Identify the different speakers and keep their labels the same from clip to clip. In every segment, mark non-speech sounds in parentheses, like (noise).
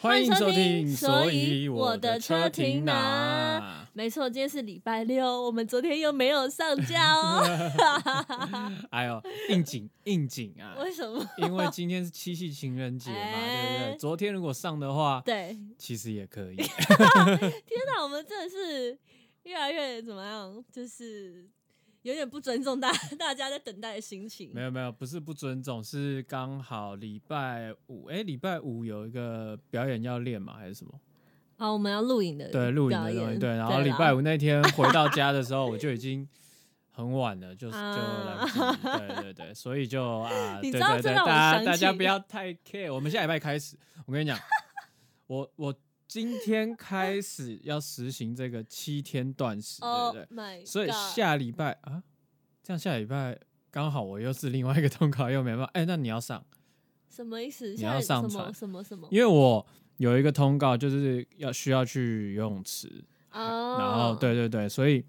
Speaker 1: 欢迎收听，
Speaker 2: 所
Speaker 1: 所
Speaker 2: 以
Speaker 1: 以
Speaker 2: 我
Speaker 1: 我
Speaker 2: 的
Speaker 1: 的
Speaker 2: 车
Speaker 1: 车
Speaker 2: 停
Speaker 1: 停
Speaker 2: 哪
Speaker 1: 哪？
Speaker 2: 没错，今天是礼拜六，我们昨天又没有上架
Speaker 1: (laughs)
Speaker 2: 哦。
Speaker 1: 哎呦，应景应景啊！
Speaker 2: 为什么？
Speaker 1: 因为今天是七夕情人节嘛，对不
Speaker 2: 哎
Speaker 1: 对？昨天如果上的话，
Speaker 2: 对，
Speaker 1: 其实也 (laughs) 可以。
Speaker 2: 天哪，我们真的是越来越怎么样？就是有点不尊重大 (laughs) 大家在等待的心情
Speaker 1: 没。有没有，不是不尊重，是刚好礼拜五，哎，礼拜五有一个表演要练嘛，还是什么？
Speaker 2: 啊，我们要录影的
Speaker 1: 对，录影
Speaker 2: 表
Speaker 1: 的东西。
Speaker 2: 演
Speaker 1: 对，然后礼
Speaker 2: 啦
Speaker 1: 拜五那天回到家的时候，我就已
Speaker 2: (laughs)
Speaker 1: 经。很晚了，就是就来不及，对对对，所以就啊，
Speaker 2: 啊 (laughs) 你
Speaker 1: 对
Speaker 2: 知道
Speaker 1: 对
Speaker 2: 这
Speaker 1: 对，
Speaker 2: 让我
Speaker 1: 大
Speaker 2: 想
Speaker 1: 家大家
Speaker 2: 起
Speaker 1: 不要太 care，我们下礼拜开始，我跟你
Speaker 2: (laughs)
Speaker 1: 讲，我我今天开始要实行这个七天断食，对
Speaker 2: ，Oh
Speaker 1: 不对？
Speaker 2: my god！
Speaker 1: 所以下礼拜啊，这样下礼拜刚好我又是另外一个通告，又没办法。哎、那你要上，
Speaker 2: 什么意思？
Speaker 1: 你
Speaker 2: 下
Speaker 1: 要
Speaker 2: 礼
Speaker 1: 上
Speaker 2: 什么
Speaker 1: 传
Speaker 2: 什么什么？
Speaker 1: 因为我有一个通告，就是要需要去游泳池，
Speaker 2: 哦
Speaker 1: 然后对对对，所以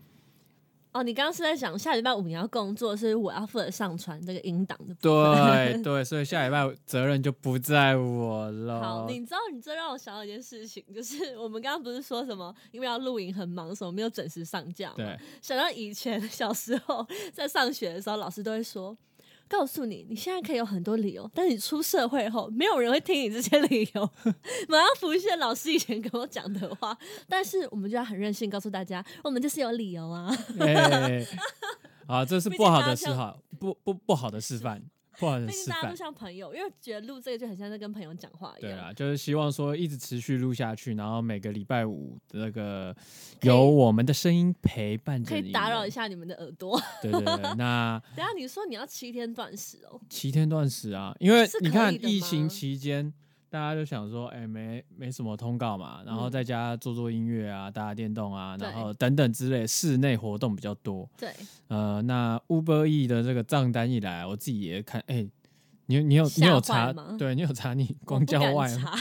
Speaker 2: 哦，你刚刚是在想下礼拜五你要工作，所以我要负责上传这个音档的部 (laughs)
Speaker 1: 对对，所以下礼拜责任就不在我了。
Speaker 2: 好，你知道你这让我想到一件事情，就是我们刚刚不是说什么因为要录影很忙，所以没有准时上架嘛。 (laughs)
Speaker 1: 对，
Speaker 2: 想到以前 (laughs) 小时候在上学的时候，老师都会说。告诉你，你现在可以有很多理由，但你出社会后，没有人会听你这些理由。 (laughs) 马上浮现老师以前跟我讲的话，但是我们就要很任性告诉大家，我们就是有理由啊。
Speaker 1: 哎、啊，这是
Speaker 2: 毕
Speaker 1: 不
Speaker 2: 竟
Speaker 1: 好
Speaker 2: 大
Speaker 1: 的
Speaker 2: 家
Speaker 1: 示范，不不不好的示范，不好的
Speaker 2: 毕竟
Speaker 1: 示
Speaker 2: 大家
Speaker 1: 范
Speaker 2: 都。像朋友，因为觉得录这个就很像在跟朋友讲话一
Speaker 1: 对啊
Speaker 2: 样。
Speaker 1: 啦，就是希望说一直持续录下去，然后每个礼拜五的那个
Speaker 2: 可以
Speaker 1: 有我们的声音陪伴着
Speaker 2: 可
Speaker 1: 你
Speaker 2: 以打扰一
Speaker 1: 下。
Speaker 2: 下你们的耳朵。 (laughs)
Speaker 1: 对对对，那
Speaker 2: 等一下你说你要七天断食哦，
Speaker 1: 七天断食啊，因为
Speaker 2: 是可
Speaker 1: 你看
Speaker 2: 以的
Speaker 1: 疫
Speaker 2: 吗
Speaker 1: 情期间，大家就想说，哎、没没什么通告嘛，然后
Speaker 2: 嗯
Speaker 1: 在家做做音乐啊，打打电动啊，
Speaker 2: 对
Speaker 1: 然后等等之类，室内活动比较多。
Speaker 2: 对，
Speaker 1: 呃，那 Uber E 的这个账单一来，我自己也看，哎、你你有你
Speaker 2: 吓
Speaker 1: 有
Speaker 2: 坏
Speaker 1: 查
Speaker 2: 吗？
Speaker 1: 对你有查你
Speaker 2: 我
Speaker 1: 光 (laughs)
Speaker 2: 不
Speaker 1: 交
Speaker 2: 敢
Speaker 1: 外
Speaker 2: 查，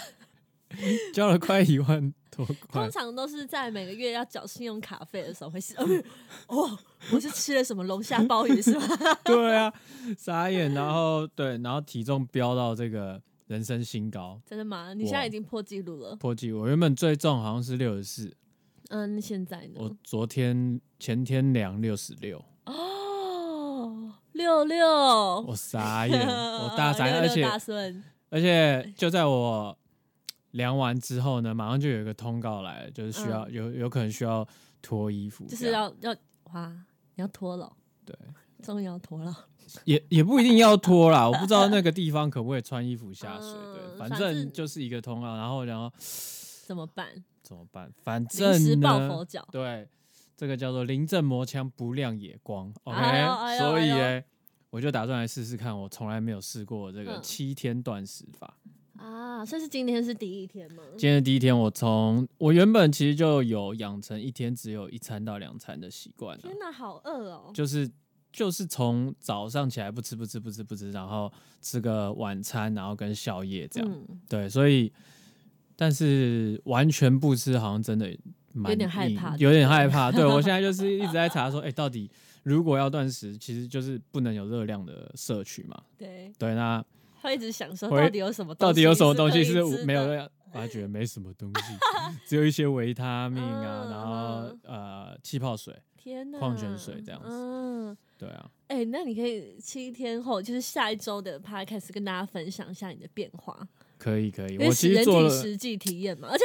Speaker 1: 交了快一万多块
Speaker 2: (laughs) 通，常都是在每个月要缴信用卡费的时候会是，呃 (laughs) 哦，我是吃了什么龙虾鲍
Speaker 1: (laughs)
Speaker 2: 鱼是吗？
Speaker 1: 对啊，傻眼，然后对，然后体重飙到这个人生新高，
Speaker 2: 真的吗？你现在已经破纪录了，
Speaker 1: 破纪录。我原本最重好像是六十四，
Speaker 2: 嗯，那现在呢？
Speaker 1: 我昨天前天量六十六，
Speaker 2: 哦，六六，
Speaker 1: 我傻眼，
Speaker 2: (laughs)
Speaker 1: 我大傻眼，而
Speaker 2: 六哦六大
Speaker 1: 且
Speaker 2: 顺，
Speaker 1: 而且就在我量完之后呢，马上就有一个通告来了，就是需要、有有可能需要脱衣服
Speaker 2: 嗯就
Speaker 1: 这样，
Speaker 2: 是要要哇，你要脱了，
Speaker 1: 对。
Speaker 2: 终于要脱了，
Speaker 1: 也也不一定要脱
Speaker 2: (laughs)
Speaker 1: 啦，我不知道那个地方可不可以穿衣服下水，
Speaker 2: 嗯
Speaker 1: 对，反
Speaker 2: 反正
Speaker 1: 正就是一个通告，然后然后
Speaker 2: 怎么办？
Speaker 1: 怎么办？反正
Speaker 2: 临时抱
Speaker 1: 呢
Speaker 2: 佛脚，
Speaker 1: 对，这个叫做临阵磨枪不亮也光，OK，、
Speaker 2: 哎呦哎呦
Speaker 1: 所以
Speaker 2: 哎
Speaker 1: 呢，我就打算来试试看，我从来没有试过这个
Speaker 2: 嗯
Speaker 1: 七天断食法。
Speaker 2: 啊，所以是今天是第一天吗？
Speaker 1: 今天的第一天，我从我原本其实就有养成一天只有一餐到两餐的习惯了
Speaker 2: 天，哪，好饿哦！
Speaker 1: 就是。就是从早上起来不吃不吃不吃不吃，然后吃个晚餐，然后跟宵夜这样。
Speaker 2: 嗯，
Speaker 1: 对，所以但是完全不吃，好像真的蛮
Speaker 2: 有点害
Speaker 1: 硬
Speaker 2: 怕
Speaker 1: 有点害怕。对我现
Speaker 2: (laughs)
Speaker 1: 在就是一直在查说，哎、到底如果要断食，其实就是不能有热量的摄取嘛。
Speaker 2: 对，
Speaker 1: 对，那
Speaker 2: 会一直想说
Speaker 1: 会
Speaker 2: 到底有什么东西
Speaker 1: 到底有什么东西
Speaker 2: 是
Speaker 1: 是
Speaker 2: 可以吃的
Speaker 1: 没有热量？发觉没什么东
Speaker 2: (laughs)
Speaker 1: 西，只有一些维他命啊，
Speaker 2: 嗯
Speaker 1: 然后呃气泡水，
Speaker 2: 天哪，
Speaker 1: 矿泉水这样子
Speaker 2: 嗯，
Speaker 1: 对啊，
Speaker 2: 哎、那你可以七天后，就是下一周的 podcast 跟大家分享一下你的变化，
Speaker 1: 可以可以。
Speaker 2: 因
Speaker 1: 我
Speaker 2: 为
Speaker 1: 其
Speaker 2: 是
Speaker 1: 实
Speaker 2: 人
Speaker 1: 做
Speaker 2: 体
Speaker 1: 了，
Speaker 2: 实际体验嘛，而且。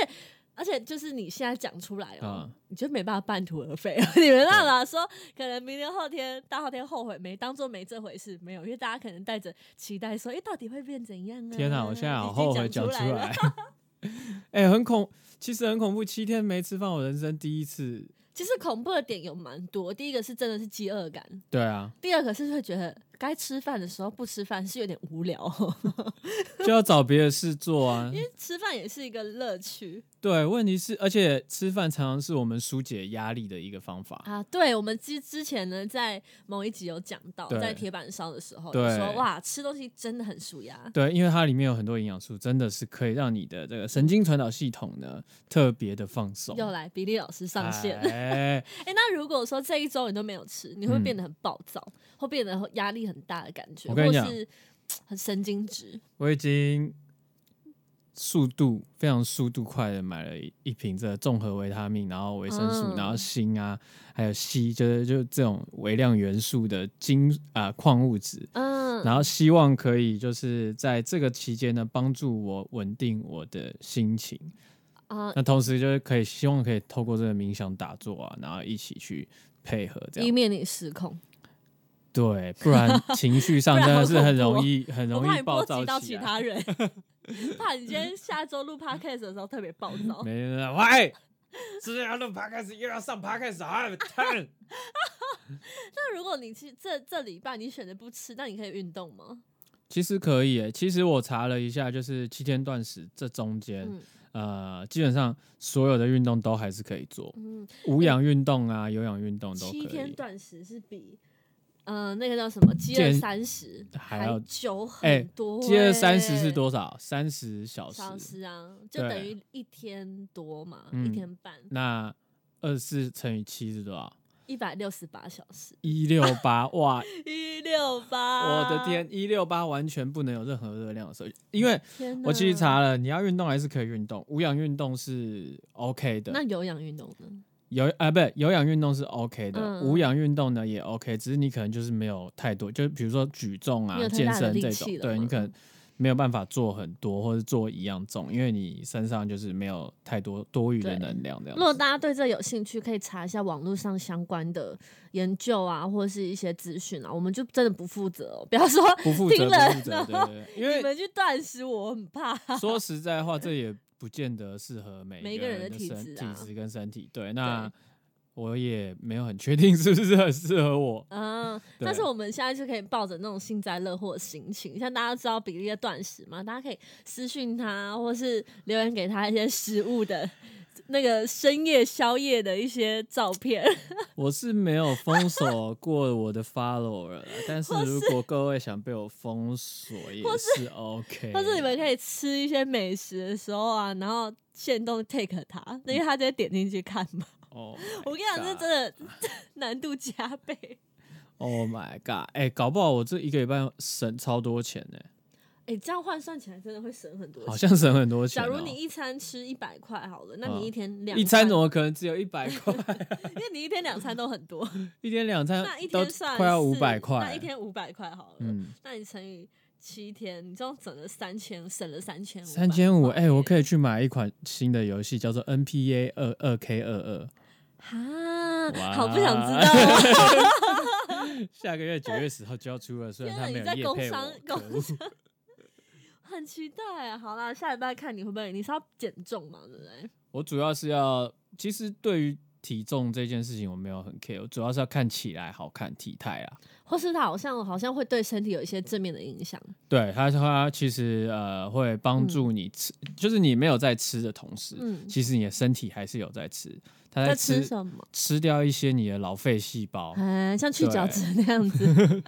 Speaker 2: 而且就是你现在讲出来哦，
Speaker 1: 嗯
Speaker 2: 你就没办法半途而废，啊 (laughs) 你没办法说可能明天后天大后天后悔没当做没这回事，没有，因为大家可能带着期待说，哎、到底会变怎样啊？
Speaker 1: 天哪，我现在好
Speaker 2: 已经
Speaker 1: 后悔讲
Speaker 2: 讲出
Speaker 1: 出
Speaker 2: 来
Speaker 1: 来
Speaker 2: 了，。
Speaker 1: (laughs) 哎、很恐，其实很恐怖。七天没吃饭，我人生第一次。
Speaker 2: 其实恐怖的点有蛮多，第一个是真的是饥饿感，
Speaker 1: 对啊，
Speaker 2: 第二个是会觉得该吃饭的时候不吃饭是有点 (laughs) 无聊， (laughs)
Speaker 1: 就要找别的事做啊。
Speaker 2: 吃饭也是一个乐趣。
Speaker 1: 对，问题是，而且吃饭常常是我们疏解压力的一个方法。
Speaker 2: 啊，对，我们之之前呢，在某一集有讲到，
Speaker 1: 对
Speaker 2: 在铁板烧的时候，
Speaker 1: 对
Speaker 2: 有说哇，吃东西真的很舒压，
Speaker 1: 对，因为它里面有很多营养素，真的是可以让你的这个神经传导系统呢特别的放松。
Speaker 2: 又来比利老师上线。 (laughs) 哎、
Speaker 1: 哎，
Speaker 2: 那如果说这一周你都没有吃，你会
Speaker 1: 嗯
Speaker 2: 变得很暴躁，会变得压力很大的感觉，
Speaker 1: 我跟
Speaker 2: 或
Speaker 1: 你讲
Speaker 2: 是嘖很神经质。
Speaker 1: 我已经速度非常速度快的买了一一瓶这个综合维他命，然后维生素，
Speaker 2: 嗯
Speaker 1: 然后锌啊，还有硒，就是就这种微量元素的金啊矿物质，
Speaker 2: 嗯，
Speaker 1: 然后希望可以就是在这个期间呢，帮助我稳定我的心情。
Speaker 2: 啊，
Speaker 1: 那同时就是可以希望可以透过这个冥想打坐啊，然后一起去配合这
Speaker 2: 以
Speaker 1: 样。
Speaker 2: 免你失控。
Speaker 1: 对，不然情绪
Speaker 2: (laughs)
Speaker 1: 上真的是很容易很
Speaker 2: 哦我
Speaker 1: 容
Speaker 2: 怕
Speaker 1: 易
Speaker 2: 你
Speaker 1: 暴
Speaker 2: 波
Speaker 1: 躁
Speaker 2: 及到
Speaker 1: 起
Speaker 2: 其
Speaker 1: 来。
Speaker 2: 他 (laughs) 人，怕你今天下周录 podcast 的时候特别暴躁。
Speaker 1: 没人了，喂，是不是要录 p 开始又要上 p 开始啊？看，
Speaker 2: 那如果你去这这礼拜你选择不吃，那你可以运动吗？
Speaker 1: 其实可以、欸，其实我查了一下，就是七天断食这中间，
Speaker 2: 嗯
Speaker 1: 呃，基本上所有的运动都还是可以做，
Speaker 2: 嗯，
Speaker 1: 无氧运动啊、有氧运动都可
Speaker 2: 七天
Speaker 1: 以。
Speaker 2: 断食是比呃那个叫什么饥饿
Speaker 1: 健
Speaker 2: 三十
Speaker 1: 还要
Speaker 2: 久
Speaker 1: 哎
Speaker 2: 很多、欸。
Speaker 1: 饥饿三十是？多少？三十小时。
Speaker 2: 小时啊，就
Speaker 1: 对
Speaker 2: 等于一天多嘛，
Speaker 1: 嗯
Speaker 2: 一天半，
Speaker 1: 那二十四乘以七是多少？
Speaker 2: 一百六十八小时，
Speaker 1: 一六
Speaker 2: (laughs)
Speaker 1: 八哇！
Speaker 2: 一六八。
Speaker 1: 我的，天，一六八完全不能有任何热量的摄取，因为
Speaker 2: 天哪！
Speaker 1: 我其实查了，你要运动还是可以运动，无氧运动是 OK
Speaker 2: 那
Speaker 1: 的，
Speaker 2: 有氧运动呢？
Speaker 1: 有啊不有氧运动是 OK 的，
Speaker 2: 嗯
Speaker 1: 无氧运动呢也 OK，只是你可能就是没有太多，就是比如说举重
Speaker 2: 没
Speaker 1: 啊、
Speaker 2: 有太
Speaker 1: 健
Speaker 2: 大的
Speaker 1: 身
Speaker 2: 力
Speaker 1: 这
Speaker 2: 气
Speaker 1: 种，
Speaker 2: 了
Speaker 1: 对
Speaker 2: 嘛嗯
Speaker 1: 你可能没有办法做很多或者做一样重，因为你身上就是没有太多多余的
Speaker 2: 对
Speaker 1: 能量这样
Speaker 2: 如果
Speaker 1: 子。
Speaker 2: 大家对这有兴趣，可以查一下网络上相关的研究啊，或者是一些资讯啊。我们就真的不负责、哦，不要说
Speaker 1: 不负责，
Speaker 2: 听
Speaker 1: 不
Speaker 2: 了
Speaker 1: 负责，对对对，
Speaker 2: (laughs)
Speaker 1: 因
Speaker 2: 你
Speaker 1: 为
Speaker 2: 们去断食，我很怕。
Speaker 1: 说实在话，这也不见得适合每
Speaker 2: 每
Speaker 1: 一
Speaker 2: 一
Speaker 1: 个
Speaker 2: 个人
Speaker 1: 人
Speaker 2: 的体
Speaker 1: 身
Speaker 2: 质啊
Speaker 1: 体质跟身体。对，那我也没有很确定是不是很适合我。
Speaker 2: (laughs) 嗯，
Speaker 1: 对
Speaker 2: 但是我们现在就可以抱着那种幸灾乐祸的心情，像大家知道比利的断食嘛，大家可以私讯他，或是留言给他一些食物的那个深夜宵夜的一些照
Speaker 1: (laughs)
Speaker 2: 片。
Speaker 1: 我是没有封锁过我的 follower，啦但是如果各位想被我封锁也是 OK，
Speaker 2: 或是你们可以吃一些美食的时候啊，然后现动 take 他，因为他直接点进去看嘛。
Speaker 1: 哦，
Speaker 2: (laughs) 我跟你讲，这真的难度加倍。
Speaker 1: Oh my god！哎、搞不好我这一个礼拜省超多钱呢、
Speaker 2: (laughs) 哎、这样换算起来真的会省很多
Speaker 1: 好
Speaker 2: 钱。
Speaker 1: 像省很多钱
Speaker 2: 假
Speaker 1: 哦、
Speaker 2: 如你一餐吃一百块好了，那
Speaker 1: 嗯
Speaker 2: 你一天两
Speaker 1: 一餐怎
Speaker 2: 么？
Speaker 1: 么可能只有一百块？ (laughs)
Speaker 2: 因为你一天两餐都很多。
Speaker 1: 一天两餐
Speaker 2: 那一
Speaker 1: 都
Speaker 2: 天算
Speaker 1: 快要
Speaker 2: 是
Speaker 1: 五百块，
Speaker 2: 那一天五百块好了，
Speaker 1: 嗯
Speaker 2: 那你乘以七天，你这样整了三千，省了三千五，
Speaker 1: 三千五，哎，我可
Speaker 2: 以
Speaker 1: 以去买一款新的游戏，叫做 NPA 二二 K 二二，
Speaker 2: 哈
Speaker 1: 哇，
Speaker 2: 好不想知道
Speaker 1: (laughs)
Speaker 2: 啊，
Speaker 1: 下个月九月十号就要出了，虽然它没有
Speaker 2: 天哪你在
Speaker 1: 业
Speaker 2: 工
Speaker 1: 配
Speaker 2: 商
Speaker 1: 我，可
Speaker 2: 工
Speaker 1: 恶
Speaker 2: 商很期待啊。好啦，下礼拜看你会不会，你是要减重嘛，对不对？
Speaker 1: 我主要是要，其实对于体重这件事情我没有很 care，我主要是要看起来好看，体态啊。
Speaker 2: 或是它好像好像会对身体有一些正面的影响，
Speaker 1: 对它，它其实呃会帮助你吃，就是你没有在吃的同时，
Speaker 2: 嗯
Speaker 1: 其实你的身体还是有在吃，它
Speaker 2: 在
Speaker 1: 在
Speaker 2: 吃
Speaker 1: 吃
Speaker 2: 什么？
Speaker 1: 吃掉一些你的老废细胞，
Speaker 2: 哎，像去
Speaker 1: 哦对
Speaker 2: 角质那
Speaker 1: (laughs)
Speaker 2: 样子。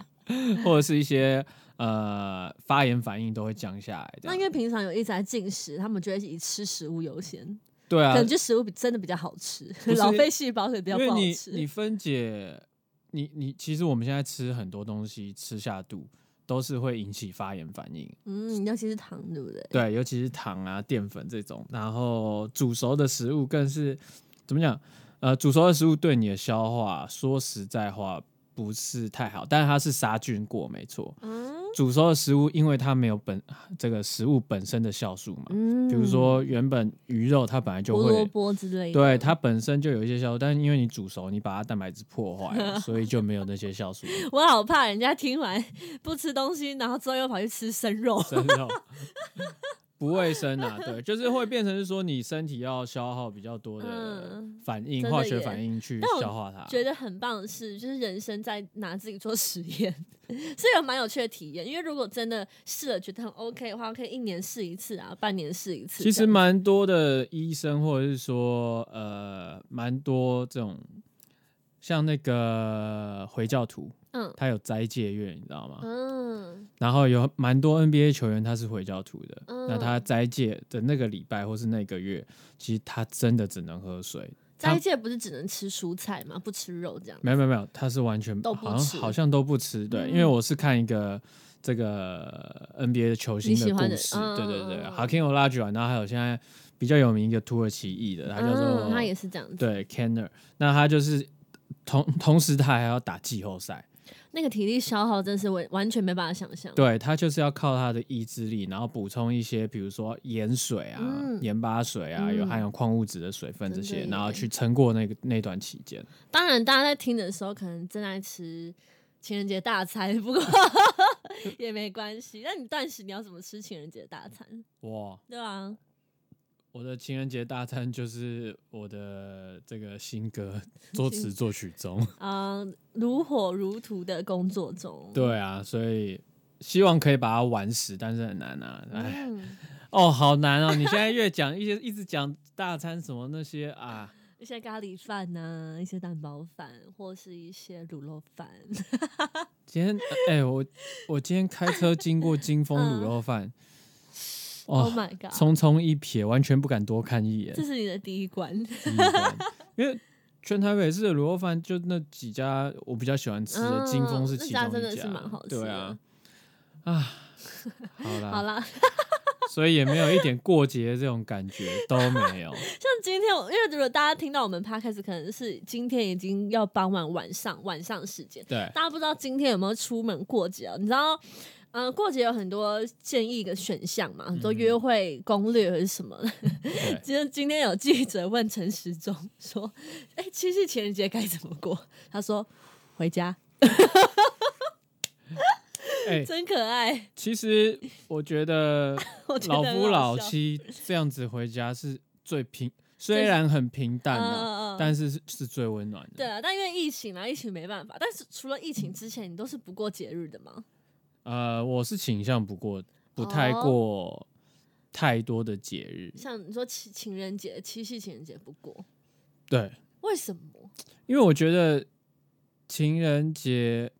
Speaker 1: 或者是一些呃发炎反应都会降下来。这
Speaker 2: 那
Speaker 1: 样
Speaker 2: 因为平常有一直在进食，他们就会以吃食物优先，
Speaker 1: 对啊
Speaker 2: 可，能就食物比真的比较好吃，
Speaker 1: 是
Speaker 2: (laughs) 老废细胞可能比
Speaker 1: 因
Speaker 2: 较
Speaker 1: 为
Speaker 2: 不好
Speaker 1: 你
Speaker 2: 吃。
Speaker 1: 你分解，你你其实我们现在吃很多东西，吃下肚都是会引起发炎反应。
Speaker 2: 嗯，尤其是糖，对不对？
Speaker 1: 对，尤其是糖啊、淀粉这种，然后煮熟的食物更是怎么讲？呃，煮熟的食物对你的消化，说实在话不是太好，但是它是杀菌过，没错。
Speaker 2: 嗯
Speaker 1: 煮熟的食物，因为它没有本这个食物本身的酵素嘛，
Speaker 2: 嗯
Speaker 1: 比如说原本鱼肉它本来就
Speaker 2: 胡萝
Speaker 1: 会，
Speaker 2: 卜之类的，
Speaker 1: 对它本身就有一些酵素，但是因为你煮熟，你把它蛋白质破坏了，所以就没有那些酵素。
Speaker 2: 我好怕 (laughs) (laughs) 人家听完不吃东西，然后之后又跑去吃生肉。
Speaker 1: 真的哦， (laughs) 不卫生啊，对，就是会变成是说你身体要消耗比较多的
Speaker 2: 嗯
Speaker 1: 反应、
Speaker 2: 真的
Speaker 1: 化学
Speaker 2: 耶
Speaker 1: 反应去
Speaker 2: 但我
Speaker 1: 消化它。
Speaker 2: 觉得很棒的是，就是人生在拿自己做实验， (laughs) 是一个蛮有趣的体验。因为如果真的试了觉得很 OK 的话，可以一年试一次啊，半年试一次这
Speaker 1: 其实
Speaker 2: 样。
Speaker 1: 蛮多的医生，或者是说呃，蛮多这种，像那个回教徒，
Speaker 2: 嗯
Speaker 1: 他有斋戒月，你知道吗？
Speaker 2: 嗯
Speaker 1: 然后有蛮多 NBA 球员他是回教徒的，
Speaker 2: 嗯
Speaker 1: 那他斋戒的那个礼拜或是那个月，其实他真的只能喝水，他
Speaker 2: 斋戒不是只能吃蔬菜吗？不吃肉这样。
Speaker 1: 没有没有没有，他是完全
Speaker 2: 都不
Speaker 1: 好像
Speaker 2: 吃
Speaker 1: 好像都不吃，对，
Speaker 2: 嗯
Speaker 1: 因为我是看一个这个 NBA 的球星
Speaker 2: 你喜欢
Speaker 1: 故
Speaker 2: 的
Speaker 1: 事，
Speaker 2: 嗯
Speaker 1: 对对对
Speaker 2: 嗯嗯
Speaker 1: ，Hakim Olajuwon，然后还有现在比较有名一个土耳其裔的，他叫做、
Speaker 2: 嗯，他也是这样子。
Speaker 1: 对 Kenner，那他就是同同时他还要打季后赛，
Speaker 2: 那个体力消耗真是我完全没办法想象。
Speaker 1: 对他就是要靠他的意志力，然后补充一些，比如说盐水啊、
Speaker 2: 嗯
Speaker 1: 盐巴水啊，有
Speaker 2: 嗯
Speaker 1: 含有矿物质的水分这
Speaker 2: 真的
Speaker 1: 些，
Speaker 2: 耶
Speaker 1: 然后去撑过那个那段期间。
Speaker 2: 当然，大家在听的时候可能正在吃情人节大餐，不过 (laughs) 也没关系。那你断食你要怎么吃情人节大餐？
Speaker 1: 哇，
Speaker 2: 对啊，
Speaker 1: 我的情人节大餐就是我的这个新歌作词作曲中，
Speaker 2: 嗯、如火如荼的工作中，，
Speaker 1: (laughs) 对啊，所以希望可以把它完食，但是很难啊，
Speaker 2: (laughs)
Speaker 1: 哎，
Speaker 2: 嗯，
Speaker 1: 哦，好难哦！你现在越讲一些一直讲大餐什么那些啊，
Speaker 2: 一些咖喱饭呐、一些蛋包饭，或是一些卤肉饭，
Speaker 1: 今天哎、我我今天开车经过金丰
Speaker 2: 嗯
Speaker 1: 卤肉饭。哦
Speaker 2: Oh my god
Speaker 1: 匆匆一瞥，完全不敢多看一
Speaker 2: (laughs)
Speaker 1: 眼
Speaker 2: 这。是你的第一关。
Speaker 1: 第一关因为全台北市的卤肉饭就那几家我比较喜欢吃的，
Speaker 2: 嗯
Speaker 1: 金丰是其中一
Speaker 2: 那家真的是蛮好吃的
Speaker 1: 对啊，啊，好啦，
Speaker 2: (laughs) 好啦，
Speaker 1: 所以也没有一点过节这种感觉都没
Speaker 2: (laughs)
Speaker 1: 有。
Speaker 2: 像今天我，因为如果大家听到我们 podcast，可能是今天已经要傍晚晚上晚上时间，
Speaker 1: 对，
Speaker 2: 大家不知道今天有没有出门过节哦？你知道，嗯、过节有很多建议的选项嘛，很多约会攻略还是什么的。
Speaker 1: 嗯对，
Speaker 2: (laughs) 今、天今天有记者问陈时中说：“ (laughs) 哎、七夕情人节该怎么过？”他说：“回家，
Speaker 1: 哎、
Speaker 2: 真可爱。 (laughs)
Speaker 1: 其实我觉得
Speaker 2: 我觉得
Speaker 1: 老
Speaker 2: 很好
Speaker 1: 夫老
Speaker 2: 笑，
Speaker 1: 妻这样子回家是最平，虽然很平淡啊，
Speaker 2: 嗯嗯嗯
Speaker 1: 但是是是最温暖的。
Speaker 2: 对啊，但因为疫情啊，疫情没办法。但是除了疫情之前，你都是不过节日的嘛？
Speaker 1: 呃，我是倾向不过不太
Speaker 2: 哦
Speaker 1: 过太多的节日，
Speaker 2: 像你说情情人节、七夕情人节不过，
Speaker 1: 对，
Speaker 2: 为什么？
Speaker 1: 因为我觉得情人节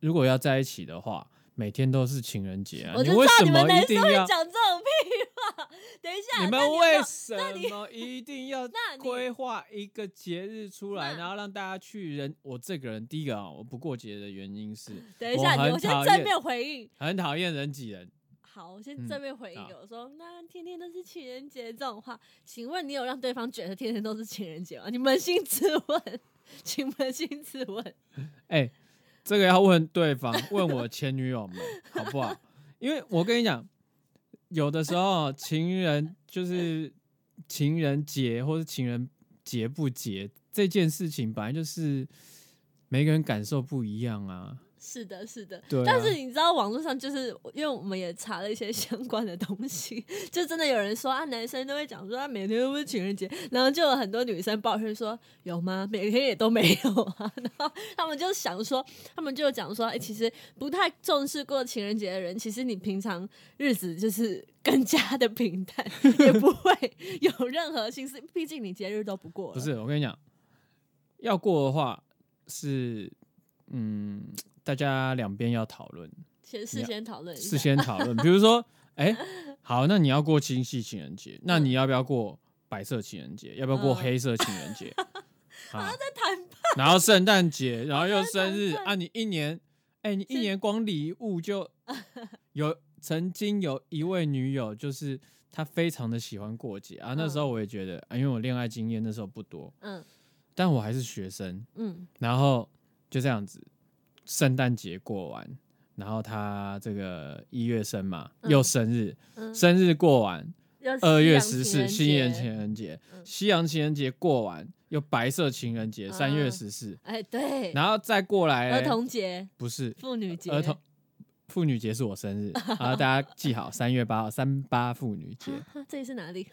Speaker 1: 如果要在一起的话，每天都是情人节啊，
Speaker 2: 我就知
Speaker 1: 为
Speaker 2: 道
Speaker 1: 什
Speaker 2: 你们
Speaker 1: 么
Speaker 2: 男
Speaker 1: 一
Speaker 2: 生
Speaker 1: 定
Speaker 2: 会
Speaker 1: 要？
Speaker 2: 讲这种屁话。 (laughs) 等一下，
Speaker 1: 你
Speaker 2: 那
Speaker 1: 们
Speaker 2: 有没有
Speaker 1: 为什么一定要
Speaker 2: 那你
Speaker 1: 规划一个节日出来，
Speaker 2: 那
Speaker 1: 然后让大家去人？我这个人第一个啊，我不过节的原因是，
Speaker 2: 等一下，
Speaker 1: 我
Speaker 2: 你
Speaker 1: 很
Speaker 2: 我先
Speaker 1: 讨
Speaker 2: 正
Speaker 1: 厌
Speaker 2: 面回应。
Speaker 1: 很讨厌人挤人。
Speaker 2: 好，我
Speaker 1: 嗯
Speaker 2: 先正面回应
Speaker 1: 好
Speaker 2: 你。我说，那天天都是情人节这种话，请问你有让对方觉得天天都是情人节吗？你扪心自问， (laughs) 请扪心自问。
Speaker 1: 哎、这个要问对方，问我前女友们 (laughs) 好不好？因为我跟你讲，有的时候情人就是情人节或是情人节不节这件事情，本来就是每个人感受不一样啊。
Speaker 2: 是的，是的。
Speaker 1: 对啊
Speaker 2: 但是你知道，网络上就是因为我们也查了一些 (laughs) 相关的东西，就真的有人说啊，男生都会讲说啊，每天都是情人节，然后就有很多女生抱怨说有吗？每天也都没有啊。 (laughs) 然后他们就想说，他们就讲说，哎、其实不太重视过情人节的人，其实你平常日子就是更加的平淡，也
Speaker 1: (laughs)
Speaker 2: 不会有任何心思，毕竟你节日都不过了。
Speaker 1: 不是，我跟你讲，要过的话是嗯，大家两边要讨论，
Speaker 2: 先事先讨论一下，
Speaker 1: 事先讨论。比如说，哎、好，那你要过七夕情人节，那你要不要过白色情人节？要不要过
Speaker 2: 嗯
Speaker 1: 黑色情人
Speaker 2: (laughs)
Speaker 1: 节？啊，
Speaker 2: 在谈判
Speaker 1: 然后圣诞节，然后又生日
Speaker 2: 好像
Speaker 1: 啊！你一年，哎、你一
Speaker 2: 是
Speaker 1: 年光礼物
Speaker 2: (laughs)
Speaker 1: 就有。曾经有一位女友，就是她非常的喜欢过节啊。那时候我也觉得，啊，因为我恋爱经验那时候不多，
Speaker 2: 嗯
Speaker 1: 但我还是学生，
Speaker 2: 嗯
Speaker 1: 然后就这样子，圣诞节过完，然后他这个一月生嘛，
Speaker 2: 嗯
Speaker 1: 又生日，
Speaker 2: 嗯，
Speaker 1: 生日过完，
Speaker 2: 要
Speaker 1: 二月
Speaker 2: 西
Speaker 1: 十
Speaker 2: 洋
Speaker 1: 四西
Speaker 2: 情
Speaker 1: 元
Speaker 2: 人
Speaker 1: 情
Speaker 2: 节。
Speaker 1: 人节，
Speaker 2: 嗯
Speaker 1: 西洋情人节过完，又白色情人节，
Speaker 2: 啊
Speaker 1: 三月十四，
Speaker 2: 哎，对，
Speaker 1: 然后再过来
Speaker 2: 儿
Speaker 1: 嘞
Speaker 2: 童节、
Speaker 1: 不是
Speaker 2: 妇女节、
Speaker 1: 儿童妇女节是我生
Speaker 2: (laughs)
Speaker 1: 日，然后大家记好，三月八号，三八妇女节。
Speaker 2: 啊 (laughs) 这里是哪里？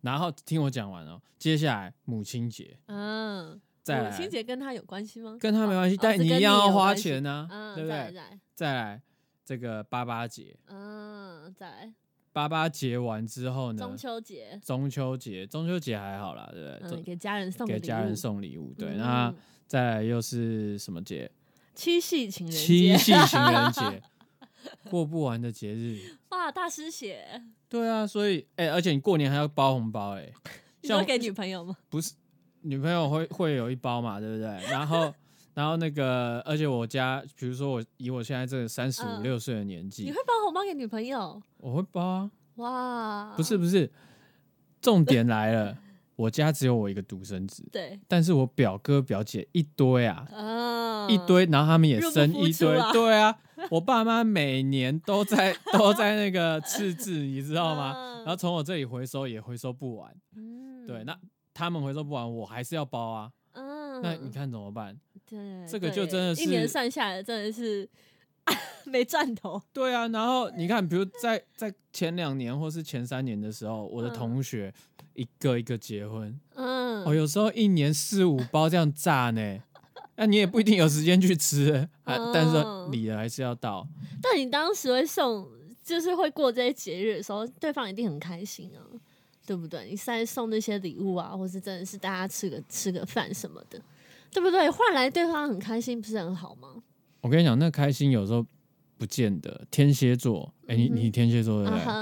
Speaker 1: 然后听我讲完哦，接下来母亲节， (laughs)
Speaker 2: 嗯，
Speaker 1: 再
Speaker 2: 母亲
Speaker 1: 来
Speaker 2: 节跟他有关系吗？
Speaker 1: 跟他没关系，
Speaker 2: 哦
Speaker 1: 但
Speaker 2: 只
Speaker 1: 你
Speaker 2: 跟
Speaker 1: 一
Speaker 2: 你
Speaker 1: 样要
Speaker 2: 有
Speaker 1: 花
Speaker 2: 关系
Speaker 1: 钱呢、
Speaker 2: 嗯，
Speaker 1: 对不
Speaker 2: 再来
Speaker 1: 对？
Speaker 2: 再来，
Speaker 1: 再来这个八八节，
Speaker 2: 嗯，再来
Speaker 1: 八八节完之后呢
Speaker 2: 中，秋节，
Speaker 1: 中秋节，中秋节还好啦，对不对？
Speaker 2: 嗯，
Speaker 1: 中
Speaker 2: 给家人送
Speaker 1: 给
Speaker 2: 礼
Speaker 1: 家人
Speaker 2: 物，
Speaker 1: 送礼物，对。
Speaker 2: 嗯
Speaker 1: 那再来又是什么节？
Speaker 2: 七夕情人
Speaker 1: 七
Speaker 2: 节，
Speaker 1: 夕情人
Speaker 2: (laughs)
Speaker 1: 节，过不完的节日。
Speaker 2: 哇，大
Speaker 1: (laughs)
Speaker 2: 师姐，
Speaker 1: 对啊，所以哎、而且你过年还要包红包哎、
Speaker 2: 你说
Speaker 1: 像
Speaker 2: 给女朋友
Speaker 1: (laughs)
Speaker 2: 吗？
Speaker 1: 不是女朋友会会有一包嘛，对不对？然后然后那个，而且我家，比如说我以我现在这三十五
Speaker 2: 嗯
Speaker 1: 六岁的年
Speaker 2: 你
Speaker 1: 纪，
Speaker 2: 会包红包给女朋友？
Speaker 1: 我会包啊，
Speaker 2: 哇，
Speaker 1: 不是，不是，重点来了，我家只有我一个独生子，
Speaker 2: 对，
Speaker 1: 但是我表哥表姐一堆啊，
Speaker 2: 嗯，
Speaker 1: 一堆，然后他们也
Speaker 2: 入不
Speaker 1: 生
Speaker 2: 敷
Speaker 1: 一
Speaker 2: 出
Speaker 1: 堆
Speaker 2: 啊，
Speaker 1: 对啊，我爸妈每年都在都在那个赤字，你知道吗？
Speaker 2: 嗯
Speaker 1: 然后从我这里回收也回收不完，
Speaker 2: 嗯，
Speaker 1: 对，那他们回收不完，我还是要包啊，
Speaker 2: 嗯，
Speaker 1: 那你看怎么办？
Speaker 2: 对，
Speaker 1: 这个就
Speaker 2: 对
Speaker 1: 真的
Speaker 2: 一年
Speaker 1: 是
Speaker 2: 算下来真的是 (laughs) 没赚头，
Speaker 1: 对啊，然后你看，比如在在前两年或是前三年的时候，我的
Speaker 2: 嗯
Speaker 1: 同学一个一个结婚，
Speaker 2: 嗯，
Speaker 1: 哦，有时候一年四五包这样炸呢，那你也不一定有时间去吃，还但是
Speaker 2: 嗯
Speaker 1: 礼还是要到。
Speaker 2: 但你当时会送，就是会过这些节日的时候，对方一定很开心啊，对不对？你再送那些礼物啊，或是真的是大家吃个吃个饭什么的，对不对？换来对方很开心，不是很好吗？
Speaker 1: 我跟你讲，那开心有时候不见得。天蝎座，哎、你
Speaker 2: 嗯哼
Speaker 1: 你天蝎座对
Speaker 2: 啊
Speaker 1: 不对？
Speaker 2: 哈，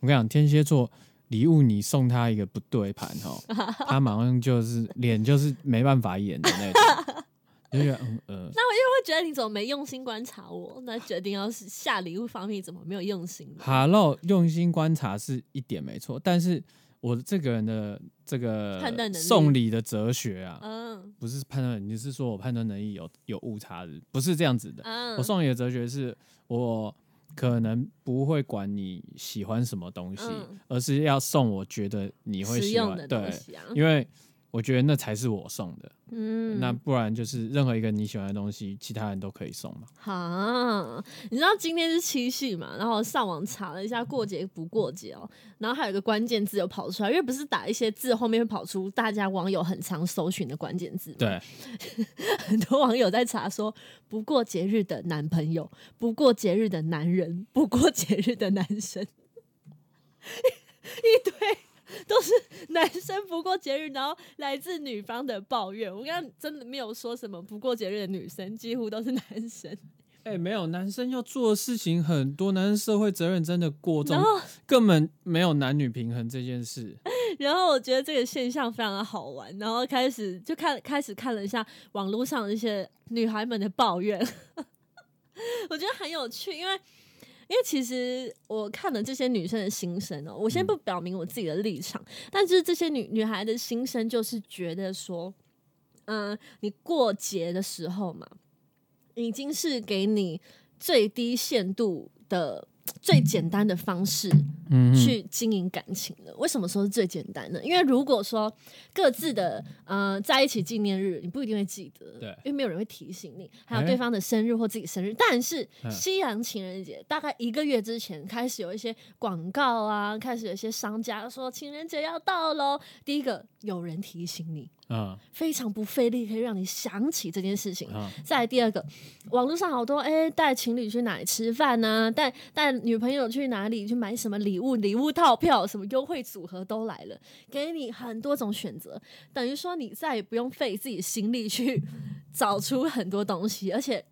Speaker 1: 我跟你讲，天蝎座礼物你送他一个不对盘
Speaker 2: (laughs)
Speaker 1: 哦，他马上就是脸就是没办法演的那种， (laughs) 就觉得嗯呃，
Speaker 2: 会觉得你怎么没用心观察我？那决定要是下礼物方面怎么没有用心呢？
Speaker 1: 哈喽，用心观察是一点没错，但是我这个人的这个
Speaker 2: 判断能力
Speaker 1: 送礼的哲学啊，
Speaker 2: 嗯
Speaker 1: 不是判断，你是说我判断能力有有误差的，不是这样子的。
Speaker 2: 嗯，
Speaker 1: 我送礼的哲学是我可能不会管你喜欢什么东西，
Speaker 2: 嗯
Speaker 1: 而是要送我觉得你会
Speaker 2: 实
Speaker 1: 喜
Speaker 2: 用
Speaker 1: 欢
Speaker 2: 的
Speaker 1: 对
Speaker 2: 东，西啊，
Speaker 1: 因为我觉得那才是我送的。
Speaker 2: 嗯，
Speaker 1: 那不然就是任何一个你喜欢的东西，其他人都可以送嘛。
Speaker 2: 哈，你知道今天是七夕嘛？然后我上网查了一下过节不过节哦，然后还有一个关键字有跑出来，因为不是打一些字后面会跑出大家网友很常搜寻的关键字嘛，
Speaker 1: 对，
Speaker 2: 很多网友在查说不过节日的男朋友，不过节日的男人，不过节日的男生， (laughs) 一堆都是男生不过节日，然后来自女方的抱怨。我刚刚真的没有说什么不过节日的女生，几乎都是男生。
Speaker 1: 哎、没有，男生要做的事情很多，男生社会责任真的过重
Speaker 2: 然，后
Speaker 1: 根本没有男女平衡这件
Speaker 2: (laughs)
Speaker 1: 事。
Speaker 2: 然后我觉得这个现象非常的好玩，然后开始就看开始看了一下网络上的一些女孩们的抱怨， (laughs) 我觉得很有趣，因为因为其实我看了这些女生的心声哦，我先不表明我自己的立场，但是这些女女孩的心声就是觉得说，嗯、你过节的时候嘛，已经是给你最低限度的最简单的方式
Speaker 1: 嗯哼，
Speaker 2: 去经营感情的。为什么说是最简单呢？因为如果说各自的呃在一起纪念日，你不一定会记得，
Speaker 1: 对
Speaker 2: 因为没有人会提醒你，还
Speaker 1: 哎
Speaker 2: 有对方的生日或自己生日。但是
Speaker 1: 嗯
Speaker 2: 西洋情人节大概一个月之前开始有一些广告啊，开始有一些商家说情人节要到喽。第一个有人提醒你，
Speaker 1: 嗯
Speaker 2: 非常不费力，可以让你想起这件事情。
Speaker 1: 嗯
Speaker 2: 再来第二个，网络上好多哎，带、情侣去哪里吃饭呐、带带女朋友去哪里去买什么礼物、礼物套票、什么优惠组合都来了，给你很多种选择，等于说你再也不用费自己心力去找出很多东西，而且，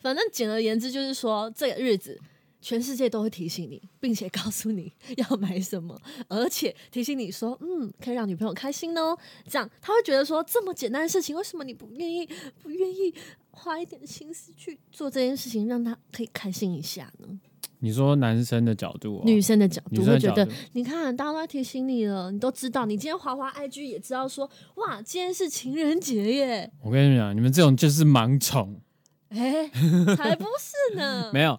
Speaker 2: 反正简而言之就是说，这个日子。全世界都会提醒你，并且告诉你要买什么，而且提醒你说，嗯，可以让女朋友开心哦。这样他会觉得说，这么简单的事情，为什么你不愿意不愿意花一点心思去做这件事情，让他可以开心一下呢？
Speaker 1: 你说男生的角度、哦，
Speaker 2: 女生的角
Speaker 1: 女
Speaker 2: 度
Speaker 1: 生
Speaker 2: 会
Speaker 1: 的
Speaker 2: 觉
Speaker 1: 角
Speaker 2: 得
Speaker 1: 度，，
Speaker 2: 你看啊大家都在提醒你了，你都知道，你今天滑滑 IG 也知道说，哇，今天是情人节耶，
Speaker 1: 我跟你讲，你们这种就是盲宠。 (laughs)
Speaker 2: 哎，才不是呢，
Speaker 1: 没有，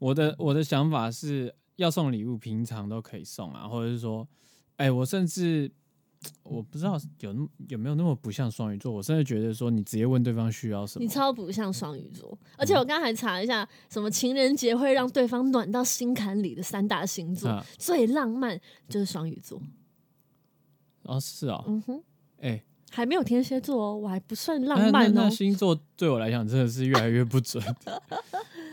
Speaker 1: 我的我的想法是要送礼物，平常都可以送啊，或者是说，哎、我甚至我不知道有那么有没有那么不像双鱼座，我甚至觉得说你直接问对方需要什么
Speaker 2: 你，超不像双鱼座，而且我刚才查一下，什么情人节会让对方暖到心坎里的三大星座，
Speaker 1: 啊
Speaker 2: 最浪漫就是双鱼座。
Speaker 1: 哦是哦，
Speaker 2: 嗯哼，
Speaker 1: 哎、
Speaker 2: 还没有天蝎座哦，我还不算
Speaker 1: 那
Speaker 2: 浪漫
Speaker 1: 那
Speaker 2: 哦
Speaker 1: 那。星座对我来讲真的是越来越不准，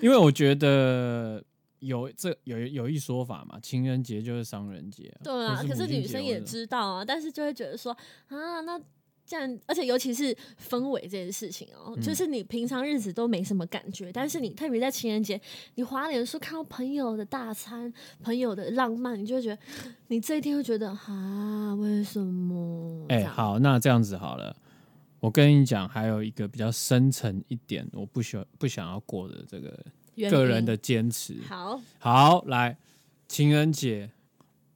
Speaker 1: 因为我觉得有这有有一说法嘛，情人节就是商人节，
Speaker 2: 对啊
Speaker 1: 或，
Speaker 2: 可
Speaker 1: 母
Speaker 2: 是
Speaker 1: 亲
Speaker 2: 女
Speaker 1: 节
Speaker 2: 生
Speaker 1: 或
Speaker 2: 也
Speaker 1: 者
Speaker 2: 知道啊，但是就会觉得说啊，那这样，而且尤其是氛围这件事情哦，
Speaker 1: 嗯
Speaker 2: 就是你平常日子都没什么感觉，但是你特别在情人节，你滑脸书看到朋友的大餐、朋友的浪漫，你就会觉得你这一天会觉得啊，为什么？
Speaker 1: 哎、
Speaker 2: 这样，
Speaker 1: 好，那这样子好了，我跟你讲，还有一个比较深层一点，我不喜欢不想要过的这个
Speaker 2: 原
Speaker 1: 个人
Speaker 2: 因
Speaker 1: 的坚持。
Speaker 2: 好，
Speaker 1: 好，来，情人节，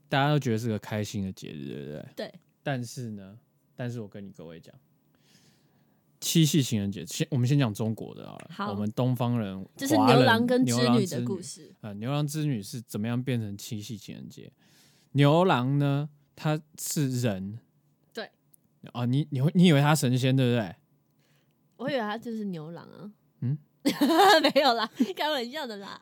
Speaker 1: 大家都觉得是个开心的节日，对不对？
Speaker 2: 对。
Speaker 1: 但是呢，但是我跟你各位讲，七夕情人节，先我们先讲中国的好了，
Speaker 2: 好
Speaker 1: 我们东方人
Speaker 2: 就是
Speaker 1: 华
Speaker 2: 牛
Speaker 1: 人
Speaker 2: 郎跟
Speaker 1: 牛
Speaker 2: 织
Speaker 1: 郎
Speaker 2: 女
Speaker 1: 织
Speaker 2: 的故事。
Speaker 1: 呃，牛郎织女是怎么样变成七夕情人节？牛郎呢，他是人，
Speaker 2: 对，
Speaker 1: 哦，你你会你以为他神仙对不对？
Speaker 2: 我以为他就是牛郎啊。
Speaker 1: 嗯，
Speaker 2: (laughs) 没有啦，开玩笑的啦。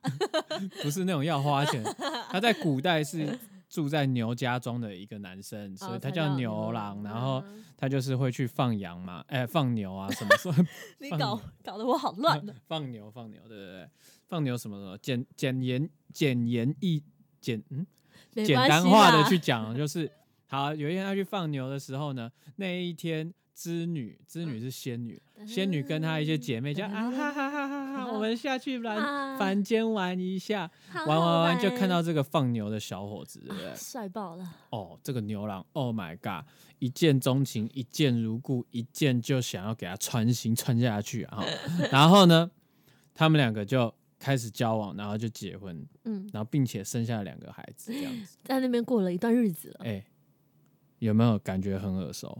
Speaker 1: 不是那种要花钱，他在古代是住在牛家庄的一个男生，所以
Speaker 2: 哦
Speaker 1: 他
Speaker 2: 才
Speaker 1: 叫
Speaker 2: 叫
Speaker 1: 牛
Speaker 2: 牛
Speaker 1: 郎，
Speaker 2: 郎
Speaker 1: 然后
Speaker 2: 啊
Speaker 1: 他就是会去放羊嘛，哎、放牛啊什么什么
Speaker 2: 你
Speaker 1: 放
Speaker 2: 搞 (laughs) 搞得我好乱呢。
Speaker 1: 放牛放牛，对对对，放牛什么什么，简简言简言易简嗯
Speaker 2: 没
Speaker 1: 简
Speaker 2: 关
Speaker 1: 单
Speaker 2: 系
Speaker 1: 化
Speaker 2: 啦
Speaker 1: 的去讲，就是好。有一天他去放牛的时候呢，那一天织女，织
Speaker 2: 嗯
Speaker 1: 女是仙女，仙女跟她一些姐妹就啊哈哈哈哈哈，我们下去凡
Speaker 2: 啊
Speaker 1: 凡间玩一下，
Speaker 2: 好
Speaker 1: 玩玩
Speaker 2: 好
Speaker 1: 玩就看
Speaker 2: 玩
Speaker 1: 到这个放牛的小伙子，对不对
Speaker 2: 啊？帅爆了，
Speaker 1: 哦，这个牛郎，Oh my god，一见钟情，一见如故，一见就想要给他穿心穿下去
Speaker 2: (laughs)
Speaker 1: 啊！哈然后呢，他们两个就开始交往，然后就结婚，
Speaker 2: 嗯，
Speaker 1: 然后并且生下了两个孩子，这样子。
Speaker 2: 在那边过了一段日子了。
Speaker 1: 哎、有没有感觉很耳熟？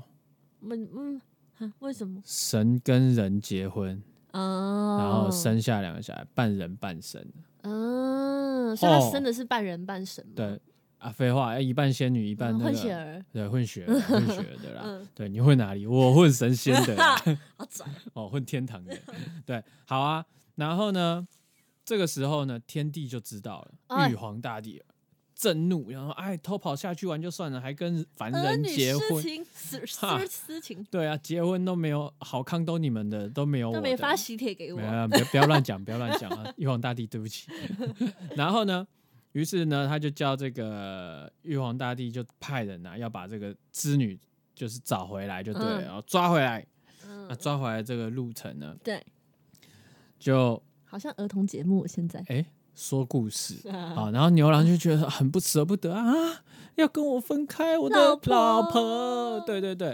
Speaker 2: 嗯嗯，啊为什么？
Speaker 1: 神跟人结婚，
Speaker 2: 哦，
Speaker 1: 然后，生下两个小孩，半人半神。
Speaker 2: 嗯，所以他
Speaker 1: 哦
Speaker 2: 生的是半人半神嘛，
Speaker 1: 对啊，废话，哎一半仙女，一
Speaker 2: 嗯，
Speaker 1: 半那个、
Speaker 2: 混血儿，
Speaker 1: 对，混血
Speaker 2: (laughs)
Speaker 1: 儿混血儿的啦。
Speaker 2: 嗯
Speaker 1: 对，你混哪里？我混神仙的 (laughs)
Speaker 2: (laughs)
Speaker 1: 啦，
Speaker 2: 好拽，
Speaker 1: 哦，混天堂的。对，好啊。然后呢，这个时候呢，天帝就知道了，
Speaker 2: 哎
Speaker 1: 玉皇大帝震怒，然后哎，偷跑下去玩就算了，还跟凡
Speaker 2: 儿
Speaker 1: 人
Speaker 2: 女
Speaker 1: 结
Speaker 2: 私
Speaker 1: 婚。
Speaker 2: 情，私
Speaker 1: 哈
Speaker 2: 私私情，
Speaker 1: 对啊，结婚都没有好康，都你们的，都没有哦我
Speaker 2: 都
Speaker 1: 的。
Speaker 2: 没发喜帖给我
Speaker 1: 没，有，不要不要乱讲，不要乱讲啊！
Speaker 2: (laughs)
Speaker 1: 玉皇大帝，对不起。 (laughs) 然后呢，于是呢，他就叫这个玉皇大帝就派人啊，要把这个织女就是找回来，就对了，
Speaker 2: 嗯
Speaker 1: 然后抓回来。那
Speaker 2: 嗯，
Speaker 1: 抓回来这个路程呢，
Speaker 2: 对，
Speaker 1: 就
Speaker 2: 好像儿童节目
Speaker 1: (laughs)
Speaker 2: 现在。
Speaker 1: 哎、说故事。(laughs)
Speaker 2: 啊
Speaker 1: 啊，然后牛郎就觉得很不舍不得啊，要跟我分开，我的老
Speaker 2: 老
Speaker 1: 婆，
Speaker 2: 婆
Speaker 1: 对对对，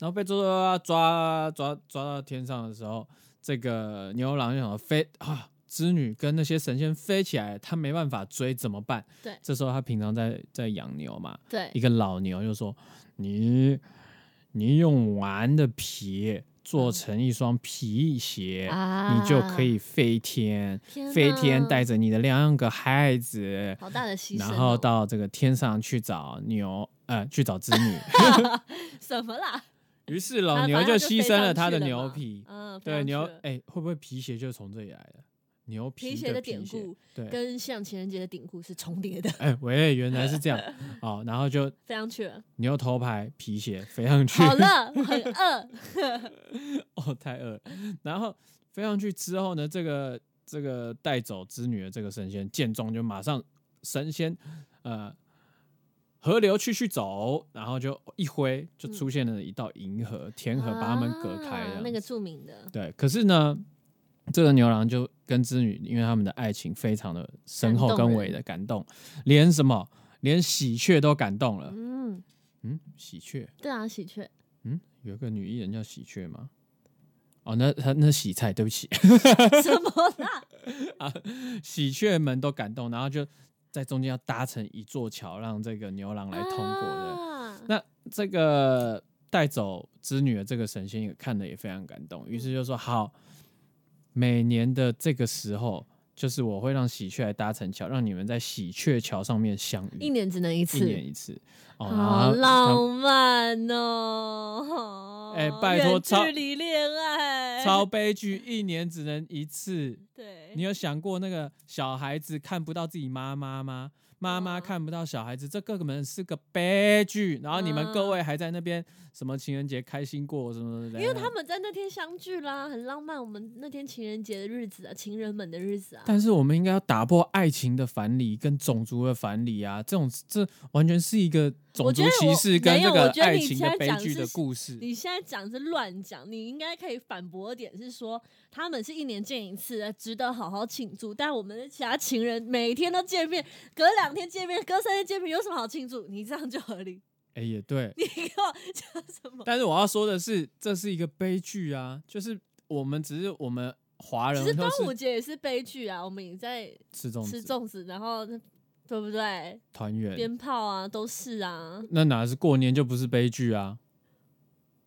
Speaker 1: 然后被抓抓抓抓抓到天上的时候，这个牛郎就想说飞啊，织女跟那些神仙飞起来，他没办法追，怎么办？
Speaker 2: 对
Speaker 1: 这时候他平常在在养牛嘛，
Speaker 2: 对
Speaker 1: 一，个老牛就说：“你你用完的皮做成一双皮鞋，
Speaker 2: 啊
Speaker 1: 你就可以飞天，
Speaker 2: 天
Speaker 1: 飞
Speaker 2: 哪
Speaker 1: 天带着你的两个孩子，
Speaker 2: 好大的牺牲哦、
Speaker 1: 然后到这个天上去找牛，呃，去
Speaker 2: (laughs)
Speaker 1: 找织女。 (laughs)
Speaker 2: 什么啦？
Speaker 1: 于是老
Speaker 2: 啊
Speaker 1: 牛
Speaker 2: 反正他
Speaker 1: 牺
Speaker 2: 飞
Speaker 1: 牲
Speaker 2: 上
Speaker 1: 他
Speaker 2: 去
Speaker 1: 的
Speaker 2: 了
Speaker 1: 牛
Speaker 2: 嘛
Speaker 1: 皮。
Speaker 2: 嗯，飞
Speaker 1: 对
Speaker 2: 上
Speaker 1: 牛，
Speaker 2: 去了
Speaker 1: 哎、会不会皮鞋就是从这里来的？牛皮
Speaker 2: 皮鞋的
Speaker 1: 皮
Speaker 2: 典
Speaker 1: 鞋
Speaker 2: 故，
Speaker 1: 对，
Speaker 2: 跟像情人节的典故是重叠的，
Speaker 1: 哎、喂，原来是这
Speaker 2: (laughs)
Speaker 1: 样哦。然后就
Speaker 2: 飞
Speaker 1: (laughs)
Speaker 2: 上去了。
Speaker 1: 牛头牌皮鞋飞上去，
Speaker 2: 好了，很
Speaker 1: (laughs)
Speaker 2: 饿，
Speaker 1: 哦，太饿了。然后飞上去之后呢，这个这个带走织女的这个神仙见状就马上神仙呃河流去去走，然后就一挥就出现了一道银河、天河，把他们隔开
Speaker 2: 嗯啊
Speaker 1: 了、
Speaker 2: 那个著名的
Speaker 1: 对，可是呢，这个牛郎就跟织女，因为他们的爱情非常的深厚
Speaker 2: 感动
Speaker 1: 跟
Speaker 2: 人
Speaker 1: 伟的感动，连什么连喜鹊都感动了。
Speaker 2: 嗯，
Speaker 1: 嗯，喜鹊，
Speaker 2: 对啊，
Speaker 1: (laughs)
Speaker 2: 喜鹊，
Speaker 1: 嗯，有一个女艺人叫喜鹊吗？哦，那她那喜菜，对不起，
Speaker 2: 什么啦？
Speaker 1: 喜鹊们都感动，然后就在中间要搭成一座桥，让这个牛郎来通过的。
Speaker 2: 啊
Speaker 1: 那这个带走织女的这个神仙
Speaker 2: 嗯
Speaker 1: 也看的也非常感动，于是就说好，每年的这个时候，就是我会让喜鹊来搭成桥，让你们在喜鹊桥上面相
Speaker 2: 一
Speaker 1: 遇，
Speaker 2: 年只能一
Speaker 1: 一
Speaker 2: 次，
Speaker 1: 年一次。哦，然
Speaker 2: 好
Speaker 1: 后
Speaker 2: 浪漫哦！
Speaker 1: 哎拜托
Speaker 2: 远
Speaker 1: 超
Speaker 2: 距离恋爱，
Speaker 1: 超悲剧，一年只能一次。
Speaker 2: 对，
Speaker 1: 你有想过那个小孩子看不到自己妈妈吗？妈妈
Speaker 2: 嗯
Speaker 1: 看不到小孩子，这个本是个悲剧。然后你们
Speaker 2: 嗯
Speaker 1: 各位还在那边什么情人节开心过什么什么的，
Speaker 2: 因为他们在那天相聚啦，很浪漫。我们那天情人节的日子啊，情人们的日子啊，
Speaker 1: 但是我们应该要打破爱情的藩篱跟种族的藩篱啊！这种这完全是一个种
Speaker 2: 我觉
Speaker 1: 族
Speaker 2: 得
Speaker 1: 歧
Speaker 2: 我
Speaker 1: 视跟
Speaker 2: 没
Speaker 1: 这
Speaker 2: 有
Speaker 1: 个
Speaker 2: 我觉得
Speaker 1: 爱
Speaker 2: 你
Speaker 1: 情
Speaker 2: 现
Speaker 1: 的
Speaker 2: 在
Speaker 1: 悲
Speaker 2: 讲
Speaker 1: 剧
Speaker 2: 是
Speaker 1: 的故事。
Speaker 2: 你现在讲是乱讲，你应该可以反驳的点是说，他们是一年见一次，呃值得好好庆祝。但我们的其他情人每天都见面，隔两天见面，隔三天见面，有什么好庆祝？你这样就合理。
Speaker 1: 哎、也对。
Speaker 2: 你给我讲什么？
Speaker 1: 但是我要说的是，这是一个悲剧啊！就是我们只是我们华
Speaker 2: 其实
Speaker 1: 人
Speaker 2: 端
Speaker 1: 都
Speaker 2: 午
Speaker 1: 是
Speaker 2: 节也是悲剧啊，我们也在
Speaker 1: 吃粽
Speaker 2: 吃
Speaker 1: 子
Speaker 2: 粽子，然后对不对？
Speaker 1: 团圆，
Speaker 2: 鞭炮啊，都是啊，
Speaker 1: 那哪是过年就不是悲剧啊？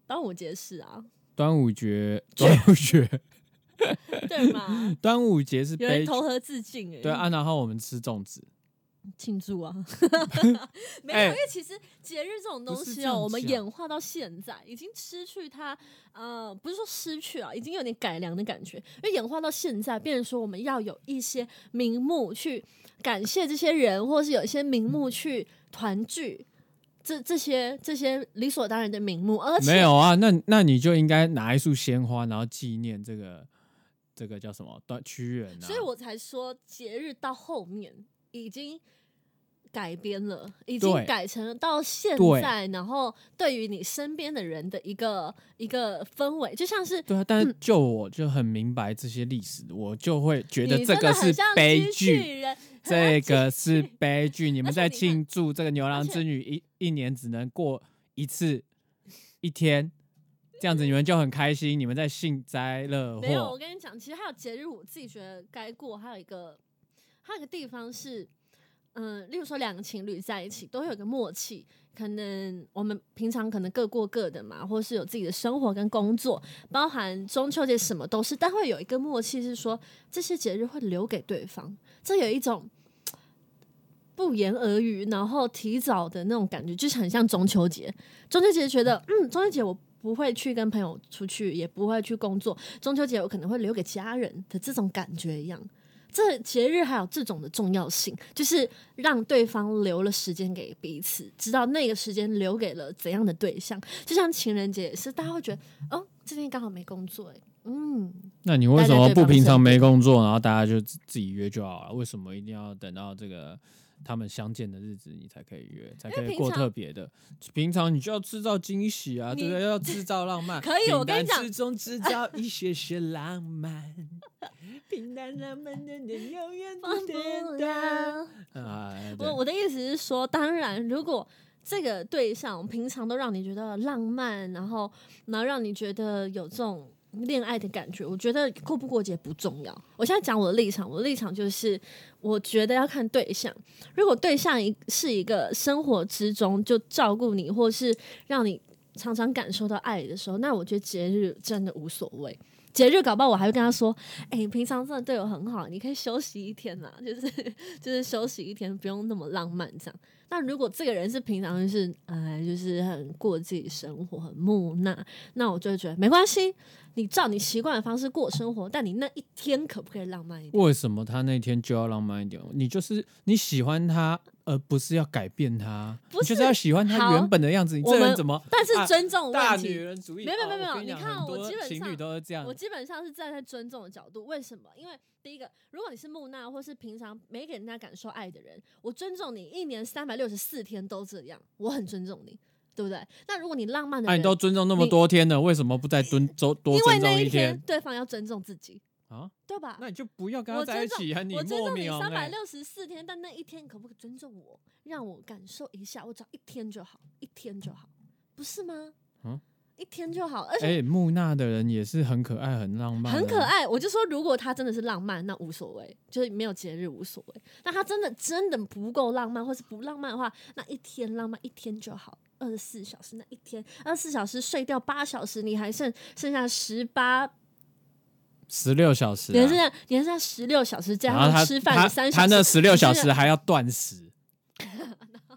Speaker 2: 端午节是啊，
Speaker 1: 端午节，端午节， (laughs)
Speaker 2: 对嘛？
Speaker 1: 端午节是
Speaker 2: 有
Speaker 1: 悲
Speaker 2: 人
Speaker 1: 剧
Speaker 2: 投。河自尽哎、
Speaker 1: 对啊，然后我们吃粽子，
Speaker 2: 庆
Speaker 1: (laughs)
Speaker 2: 祝啊！没有，
Speaker 1: 哎
Speaker 2: 因为其实节日这种东
Speaker 1: 不是这
Speaker 2: 西
Speaker 1: 样
Speaker 2: 哦，
Speaker 1: 讲
Speaker 2: 我们演化到现在，已经失去它，呃，不是说失去啊，已经有点改良的感觉。因为演化到现在，变成说我们要有一些名目去感谢这些人，或是有一些名目去团聚，这这些这些理所当然的名目，而且
Speaker 1: 没有啊？那那你就应该拿一束鲜花，然后纪念这个这个叫什么端屈原啊？
Speaker 2: 所以我才说节日到后面已经改编了，已
Speaker 1: 对
Speaker 2: 经改成到现
Speaker 1: 对
Speaker 2: 在，然后对于你身边的人的一个一个氛围，就像是
Speaker 1: 对啊，但是就我就很明白这些历史，我就会觉得
Speaker 2: 你
Speaker 1: 这
Speaker 2: 真的
Speaker 1: 个
Speaker 2: 很
Speaker 1: 是
Speaker 2: 像
Speaker 1: 悲
Speaker 2: 机器
Speaker 1: 剧，
Speaker 2: 人， (laughs)
Speaker 1: 这个是
Speaker 2: 机器
Speaker 1: 悲剧。你们
Speaker 2: 而且
Speaker 1: 在
Speaker 2: 你看
Speaker 1: 庆祝这个牛郎
Speaker 2: 而且
Speaker 1: 织女一一年只能过一次一天，这样子你们就很开心，你们在幸灾乐
Speaker 2: 没有。我
Speaker 1: 祸。
Speaker 2: 跟你讲，其实还有节日，我自己觉得该过，还有一个还有一个地方是。嗯，例如说两个情侣在一起都会有个默契，可能我们平常可能各过各的嘛，或是有自己的生活跟工作，包含中秋节什么都是，但会有一个默契是说这些节日会留给对方，这有一种嘖不言而喻，然后提早的那种感觉，就是很像中秋节。中秋节觉得，嗯，中秋节我不会去跟朋友出去，也不会去工作，中秋节我可能会留给家人的这种感觉一样。这节日还有这种的重要性，就是让对方留了时间给彼此，知道那个时间留给了怎样的对象。就像情人节也是，大家会觉得，哦，这天刚好没工作、欸，嗯，
Speaker 1: 那你为什
Speaker 2: 大
Speaker 1: 么
Speaker 2: 家对
Speaker 1: 不
Speaker 2: 方
Speaker 1: 平常
Speaker 2: 身
Speaker 1: 没工作，然后大家就自自己约就好了？为什么一定要等到这个？他们相见的日子，你才可以约，才可
Speaker 2: 因为
Speaker 1: 以
Speaker 2: 平
Speaker 1: 过
Speaker 2: 常
Speaker 1: 特别的。平常你就要制造惊喜啊，对不对？要制造浪漫。
Speaker 2: 可以
Speaker 1: 平
Speaker 2: 我跟你
Speaker 1: 淡
Speaker 2: 讲
Speaker 1: 之中制造一些些浪漫，平淡浪漫的人永远
Speaker 2: 忘不了。
Speaker 1: 啊，对
Speaker 2: 我我的意思是说，当然，如果这个对象平常都让你觉得浪漫，然后然后让你觉得有这种恋爱的感觉，我觉得过不过节不重要。我现在讲我的立场，我的立场就是，我觉得要看对象。如果对象一是一个生活之中就照顾你，或是让你常常感受到爱的时候，那我觉得节日真的无所谓。节日搞不好我还会跟他说：“哎、你平常真的对我很好，你可以休息一天呐、 (laughs) 就是就是休息一天，不用那么浪漫这样。”那如果这个人是平常就是哎，就是很过自己生活，很木讷，那我就会觉得没关系，你照你习惯的方式过生活，但你那一天可不可以浪漫一点？
Speaker 1: 为什么他那天就要浪漫一点？你就是你喜欢他，而不是要改变他，
Speaker 2: 不是
Speaker 1: 你就是要喜欢他
Speaker 2: 好
Speaker 1: 原本的样子。你
Speaker 2: 我
Speaker 1: 这
Speaker 2: 们
Speaker 1: 人怎么
Speaker 2: 但
Speaker 1: 啊
Speaker 2: 是尊重
Speaker 1: 大
Speaker 2: 问
Speaker 1: 女
Speaker 2: 题。
Speaker 1: 人主义？
Speaker 2: 没有没
Speaker 1: 哦
Speaker 2: 有没有
Speaker 1: 我跟
Speaker 2: 你
Speaker 1: 讲
Speaker 2: 看啊
Speaker 1: 很
Speaker 2: 我
Speaker 1: 多
Speaker 2: 基本
Speaker 1: 情侣
Speaker 2: 上
Speaker 1: 都是这样啊
Speaker 2: 我。基本上是站在尊重的角度，为什么？因为第一个，如果你是木讷或是平常没给人家感受爱的人，我尊重你，一年三百六十四天都这样，我很尊重你，对不对？那如果你浪漫的
Speaker 1: 啊，
Speaker 2: 人，
Speaker 1: 你都尊重那么多天了，为什么不再尊多多
Speaker 2: (laughs) 因为
Speaker 1: 尊
Speaker 2: 那
Speaker 1: 重
Speaker 2: 一
Speaker 1: 天
Speaker 2: 对方要尊重自己，
Speaker 1: 啊？
Speaker 2: 对吧？
Speaker 1: 那你就不要跟他
Speaker 2: 我
Speaker 1: 在一
Speaker 2: 尊重
Speaker 1: 起啊！
Speaker 2: 我尊
Speaker 1: 莫
Speaker 2: 重你
Speaker 1: 名
Speaker 2: 三百
Speaker 1: 哎，
Speaker 2: 六十四天，但那一天可不可以尊重我，让我感受一下？我只要一天就好，一天就好，不是吗？
Speaker 1: 嗯
Speaker 2: 一天就好，而且
Speaker 1: 哎，木讷的人也是很可爱、很浪漫啊，
Speaker 2: 很可爱。我就说，如果他真的是浪漫，那无所谓，就是没有节日无所谓。那他真的真的不够浪漫，或是不浪漫的话，那一天浪漫一天就好。二十四小时那一天，二十四小时睡掉八小时，你还剩剩下十八
Speaker 1: 十六小时、
Speaker 2: 你还
Speaker 1: 啊
Speaker 2: 是，在你还是在十六小时加
Speaker 1: 然后他
Speaker 2: 上吃饭的
Speaker 1: 他
Speaker 2: 三
Speaker 1: 他
Speaker 2: 小
Speaker 1: 那
Speaker 2: 时，
Speaker 1: 十六小
Speaker 2: 你
Speaker 1: 时
Speaker 2: 是
Speaker 1: 还要断
Speaker 2: (laughs)
Speaker 1: 食，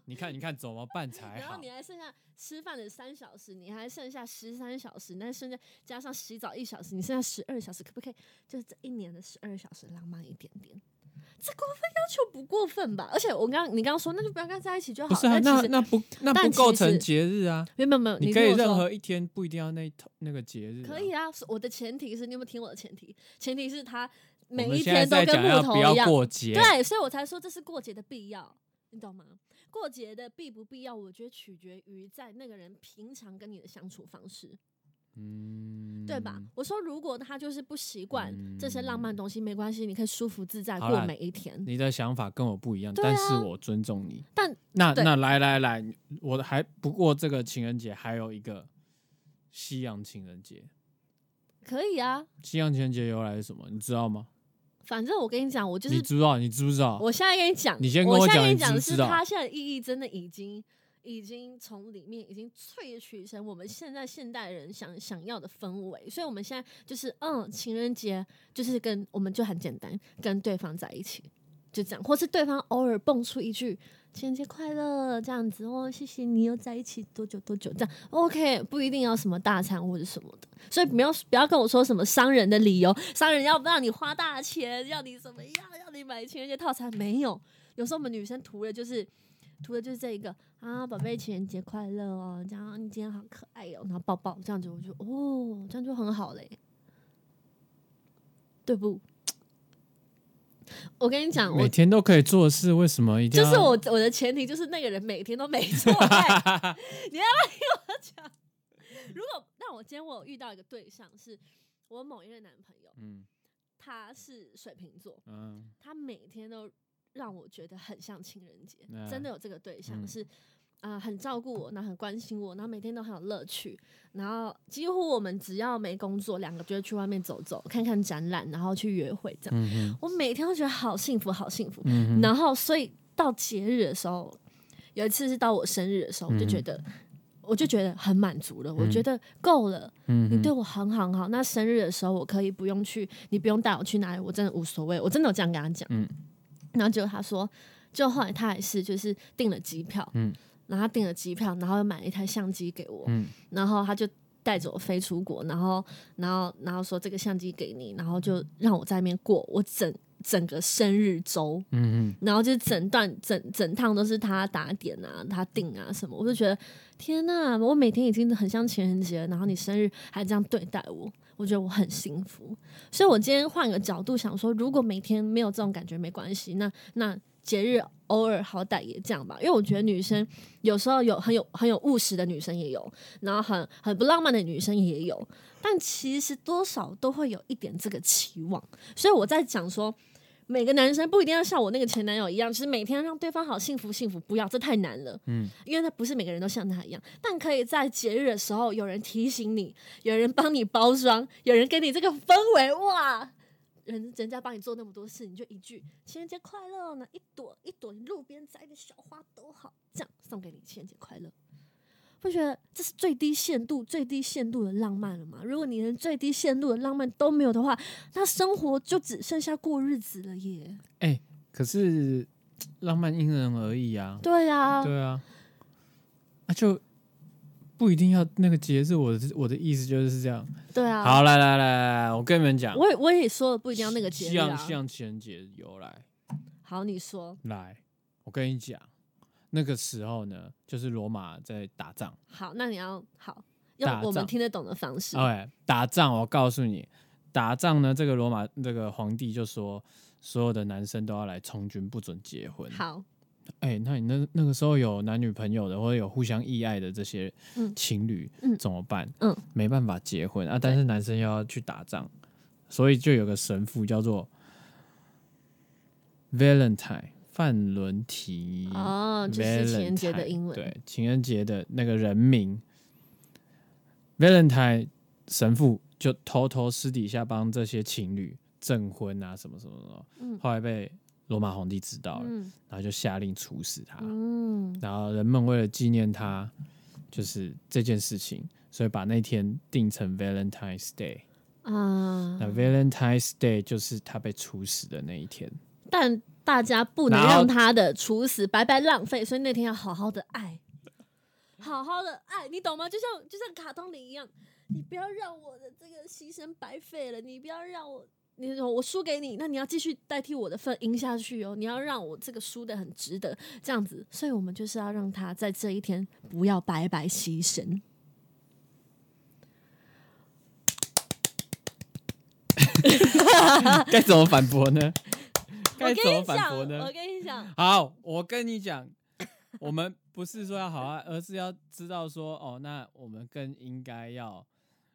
Speaker 1: 你看你看怎么办才
Speaker 2: 然
Speaker 1: 好
Speaker 2: 后？你还剩下吃饭的三小时，你还剩下十三小时，那剩下加上洗澡一小时，你剩下十二小时，可不可以就是这一年的十二小时浪漫一点点？这过分要求不过分吧？而且我刚你刚刚说那就不要跟他在一起就好，
Speaker 1: 不是啊，
Speaker 2: 但
Speaker 1: 那
Speaker 2: 其实
Speaker 1: 那不那
Speaker 2: 但
Speaker 1: 不
Speaker 2: 其
Speaker 1: 构成
Speaker 2: 实
Speaker 1: 节日啊，
Speaker 2: 没有没有没有，
Speaker 1: 你
Speaker 2: 你
Speaker 1: 可以
Speaker 2: 听我
Speaker 1: 任
Speaker 2: 说
Speaker 1: 何一天，不一定要那一头那个节日、
Speaker 2: 可以，啊。是我的前提是你有没有听我的前提？前提是他
Speaker 1: 我
Speaker 2: 每
Speaker 1: 们
Speaker 2: 一
Speaker 1: 现在
Speaker 2: 天都
Speaker 1: 在
Speaker 2: 跟
Speaker 1: 讲
Speaker 2: 木
Speaker 1: 要不
Speaker 2: 头
Speaker 1: 要
Speaker 2: 一样，
Speaker 1: 过节，
Speaker 2: 对，所以我才说这是过节的必要，你懂吗？过节的必不必要，我觉得取决于在那个人平常跟你的相处方式，
Speaker 1: 嗯，
Speaker 2: 对吧？我说，如果他就是不习惯这些浪漫
Speaker 1: 嗯
Speaker 2: 东西，没关系，你可以舒服自在
Speaker 1: 好
Speaker 2: 过
Speaker 1: 啦
Speaker 2: 每一天。
Speaker 1: 你的想法跟我不一样，
Speaker 2: 对啊
Speaker 1: 但是我尊重你。
Speaker 2: 但
Speaker 1: 那
Speaker 2: 对
Speaker 1: 那来来来，我还不过这个情人节还有一个西洋情人节，
Speaker 2: 可以啊，
Speaker 1: 西洋情人节由来是什么？你知道吗？
Speaker 2: 反正我跟你讲，我就
Speaker 1: 你
Speaker 2: 是
Speaker 1: 知道？你知不知道？
Speaker 2: 我现在跟你讲，
Speaker 1: 你先跟
Speaker 2: 我
Speaker 1: 我
Speaker 2: 现
Speaker 1: 讲
Speaker 2: 在跟
Speaker 1: 你知
Speaker 2: 讲
Speaker 1: 不
Speaker 2: 的
Speaker 1: 知
Speaker 2: 是
Speaker 1: 道
Speaker 2: 它现在的意义真的已经已经从里面已经萃取成我们现在现代人想想要的氛围，所以我们现在就是嗯，情人节就是跟我们就很简单，跟对方在一起就这样，或是对方偶尔蹦出一句。情人节快乐，这样子哦，谢谢你又在一起多久多久这样，OK，不一定要什么大餐或者什么的，所以不要不要跟我说什么商人的理由，商人要让你花大钱，要你怎么样，要你买情人节套餐，没有，有时候我们女生图的就是图的就是这一个啊，宝贝，情人节快乐哦，这样你今天好可爱哦，然后抱抱，这样子我就哦，这样就很好嘞，对不？我跟你讲，我
Speaker 1: 每天都可以做的事，为什么一定
Speaker 2: 就
Speaker 1: 要？
Speaker 2: 是我我的前提就是那个人每天都没
Speaker 1: (laughs)
Speaker 2: 错、欸，你要不要听我讲？如果那我今天我有遇到一个对象是我某一任男朋友，
Speaker 1: 嗯
Speaker 2: 他是水瓶座，
Speaker 1: 嗯
Speaker 2: 他每天都让我觉得很像情人节，
Speaker 1: 嗯
Speaker 2: 真的有这个对象、
Speaker 1: 嗯
Speaker 2: 是。啊、很照顾我，然后很关心我，然后每天都很有乐趣，然后几乎我们只要没工作，两个就会去外面走走，看看展览，然后去约会这样。
Speaker 1: 嗯哼
Speaker 2: 我每天都觉得好幸福，好幸福。
Speaker 1: 嗯哼
Speaker 2: 然后所以到节日的时候，有一次是到我生日的时候，
Speaker 1: 嗯
Speaker 2: 我就觉得。我就觉得很满足了，我觉得够了，
Speaker 1: 嗯哼，
Speaker 2: 你对我很好很好。那生日的时候，我可以不用去，你不用带我去哪里，我真的无所谓，我真的有这样跟他讲。
Speaker 1: 嗯
Speaker 2: 然后结果他说，就后来他还是就是订了机票，
Speaker 1: 嗯
Speaker 2: 然后他订了机票，然后又买了一台相机给我，
Speaker 1: 嗯
Speaker 2: 然后他就带着我飞出国，然后然后然后说这个相机给你，然后就让我在那边过我整整个生日周，
Speaker 1: 嗯
Speaker 2: 然后就是整段整整趟都是他打点啊，他定啊什么，我就觉得天呐，我每天已经很像情人节了，然后你生日还这样对待我，我觉得我很幸福。所以我今天换个角度想说，如果每天没有这种感觉没关系，那那节日偶尔好歹也这样吧，因为我觉得女生有时候有很有很有务实的女生也有，然后很很不浪漫的女生也有，但其实多少都会有一点这个期望。所以我在讲说，每个男生不一定要像我那个前男友一样，就是每天让对方好幸福幸福，不要这太难了。
Speaker 1: 嗯，
Speaker 2: 因为他不是每个人都像他一样，但可以在节日的时候有人提醒你，有人帮你包装，有人给你这个氛围，哇！人人家帮你做那么多事，你就一句“情人节快乐”哦呢，一朵一朵路边摘的小花都好，这样送给你“情人节快乐”，会觉得这是最低限度、最低限度的浪漫了吗？如果你连最低限度的浪漫都没有的话，那生活就只剩下过日子了耶。
Speaker 1: 哎、可是浪漫因人而异啊。
Speaker 2: 对啊，
Speaker 1: 对啊，那、就不一定要那个节日。我的我的意思就是这样。
Speaker 2: 对啊。
Speaker 1: 好，来来来来，我跟你们讲，
Speaker 2: 我也我也说了，不一定要那个节
Speaker 1: 西
Speaker 2: 日
Speaker 1: 洋
Speaker 2: 啊。
Speaker 1: 西洋情人节由来
Speaker 2: 好，你说
Speaker 1: 来，我跟你讲，那个时候呢，就是罗马在打仗。
Speaker 2: 好，那你要好
Speaker 1: 打
Speaker 2: 用我
Speaker 1: 仗
Speaker 2: 们听得懂的方式。
Speaker 1: 哎，打仗，我告诉你，打仗呢，这个罗马这个皇帝就说，所有的男生都要来从军，不准结婚。
Speaker 2: 好，
Speaker 1: 哎、那你那那个时候有男女朋友的，或者有互相意爱的这些
Speaker 2: 嗯
Speaker 1: 情侣，
Speaker 2: 嗯
Speaker 1: 怎么办？
Speaker 2: 嗯，
Speaker 1: 没办法结婚啊，但是男生又要去打仗，所以就有个神父叫做 Valentine 范伦提，
Speaker 2: 哦，就是情人节的
Speaker 1: Valentine，
Speaker 2: 英文。
Speaker 1: 对，情人节的那个人名 Valentine 神父就偷偷私底下帮这些情侣证婚啊，什么什么什么，
Speaker 2: 嗯
Speaker 1: 后来被罗马皇帝知道了。
Speaker 2: 嗯
Speaker 1: 然后就下令处死他。
Speaker 2: 嗯，
Speaker 1: 然后人们为了纪念他，就是这件事情，所以把那天定成 Valentine's Day。
Speaker 2: 啊
Speaker 1: 那 Valentine's Day 就是他被处死的那一天。 (laughs)
Speaker 2: 但大家不能
Speaker 1: 然后
Speaker 2: 让他的处死白白浪费，所以那天要好好的爱，好好的爱，你懂吗？就像就像卡通里一样，你不要让我的这个牺牲白费了，你不要让我。你说我输给你，那你要继续代替我的份赢下去哦！你要让我这个输的很值得，这样子，所以我们就是要让他在这一天不要白白牺牲。
Speaker 1: 该怎么反驳呢？ (laughs) 该
Speaker 2: 我
Speaker 1: 怎
Speaker 2: 跟
Speaker 1: 么
Speaker 2: 你
Speaker 1: 反
Speaker 2: 讲，
Speaker 1: 驳呢
Speaker 2: 我？跟你讲，
Speaker 1: 好，我跟你讲，我们不是说要好爱，而是要知道说，哦，那我们更应该要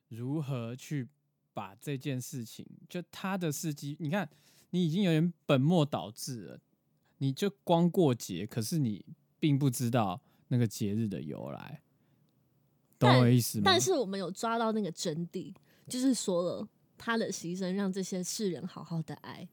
Speaker 1: 如何去把这件事情，就他的事迹，你看，你已经有点本末倒置了，你就光过节，可是你并不知道那个节日的由来，懂我意思吗？
Speaker 2: 但是我们有抓到那个真谛，就是说了他的牺牲让这些世人好好的爱。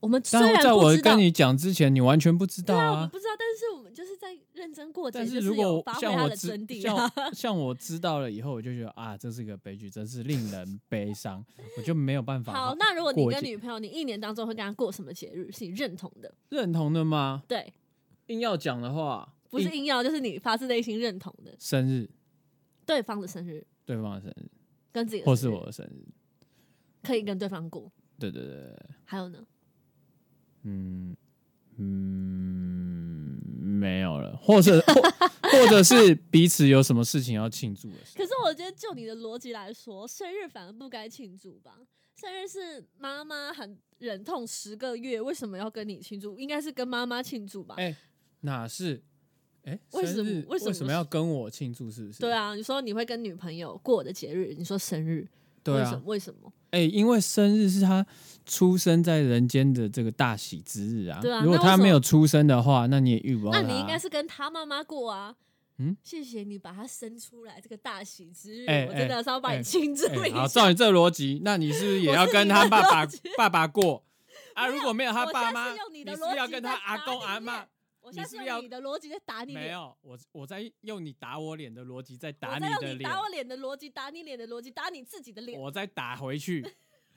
Speaker 2: 我们虽
Speaker 1: 但
Speaker 2: 然
Speaker 1: 在
Speaker 2: 不
Speaker 1: 我
Speaker 2: 知道，
Speaker 1: 跟你讲之前，你完全不知道
Speaker 2: 对啊，我
Speaker 1: 啊
Speaker 2: 们不知道，但是我们就是在认真过节，
Speaker 1: 但
Speaker 2: 就是
Speaker 1: 如果
Speaker 2: 有发挥
Speaker 1: 像
Speaker 2: 他
Speaker 1: 我
Speaker 2: 的
Speaker 1: 知
Speaker 2: 真谛、啊 (laughs)
Speaker 1: 像。像我知道了以后，我就觉得啊，这是个悲剧，真是令人悲伤，我就没有办法
Speaker 2: 好，那如果你
Speaker 1: 过
Speaker 2: 跟
Speaker 1: 节
Speaker 2: 女朋友，你一年当中会跟她过什么节日是你认同的？
Speaker 1: 认同的吗？
Speaker 2: 对，
Speaker 1: 硬要讲的话，
Speaker 2: 不是
Speaker 1: 硬
Speaker 2: 硬要，就是你发自内心认同的
Speaker 1: 生日，
Speaker 2: 对方的生日
Speaker 1: 对方的生日，
Speaker 2: 跟自己的
Speaker 1: 或
Speaker 2: 生
Speaker 1: 是
Speaker 2: 日
Speaker 1: 我的生日，
Speaker 2: 可以跟对方过。
Speaker 1: 对对对对，对
Speaker 2: 还有呢，
Speaker 1: 嗯嗯，没有了，或者或或者是彼此有什么事情要庆祝的时候，
Speaker 2: 可是我觉得，就你的逻辑来说，生日反而不该庆祝吧？生日是妈妈很忍痛十个月，为什么要跟你庆祝？应该是跟妈妈庆祝吧？
Speaker 1: 哎哪是？哎，
Speaker 2: 为什么
Speaker 1: 生日
Speaker 2: 为什么
Speaker 1: 为什么要跟我庆祝？是不是？
Speaker 2: 对，啊，你说你会跟女朋友过的节日，你说生日，
Speaker 1: 对
Speaker 2: 为
Speaker 1: 啊
Speaker 2: 什么？，为什么？
Speaker 1: 哎、因为生日是他出生在人间的这个大喜之日啊。
Speaker 2: 对啊
Speaker 1: 如果
Speaker 2: 那为什
Speaker 1: 他
Speaker 2: 么
Speaker 1: 没有出生的话，那你也遇不到他
Speaker 2: 那
Speaker 1: 啊。
Speaker 2: 你应该是跟他妈妈过啊。
Speaker 1: 嗯，
Speaker 2: 谢谢你把他生出来，这个大喜之日，
Speaker 1: 哎
Speaker 2: 我真的是要把你庆祝
Speaker 1: 哎
Speaker 2: 一
Speaker 1: 好，
Speaker 2: 下。
Speaker 1: 照你这个逻辑，那你是不是也要跟他爸爸爸爸过啊？如果没有他爸
Speaker 2: 我
Speaker 1: 妈
Speaker 2: 现在是用，你的
Speaker 1: 是不是要
Speaker 2: 逻辑
Speaker 1: 跟
Speaker 2: 在
Speaker 1: 他
Speaker 2: 打
Speaker 1: 阿公
Speaker 2: 你
Speaker 1: 阿
Speaker 2: 脸
Speaker 1: 妈？
Speaker 2: 我现
Speaker 1: 你是
Speaker 2: 在是
Speaker 1: 不是要
Speaker 2: 用你的逻辑在打你脸，
Speaker 1: 没有，我我在用你打我脸的逻辑在打
Speaker 2: 我
Speaker 1: 你
Speaker 2: 在
Speaker 1: 的
Speaker 2: 用你
Speaker 1: 脸，
Speaker 2: 打我脸的逻辑，打你脸的逻辑，打你自己的脸。
Speaker 1: 我再打回去。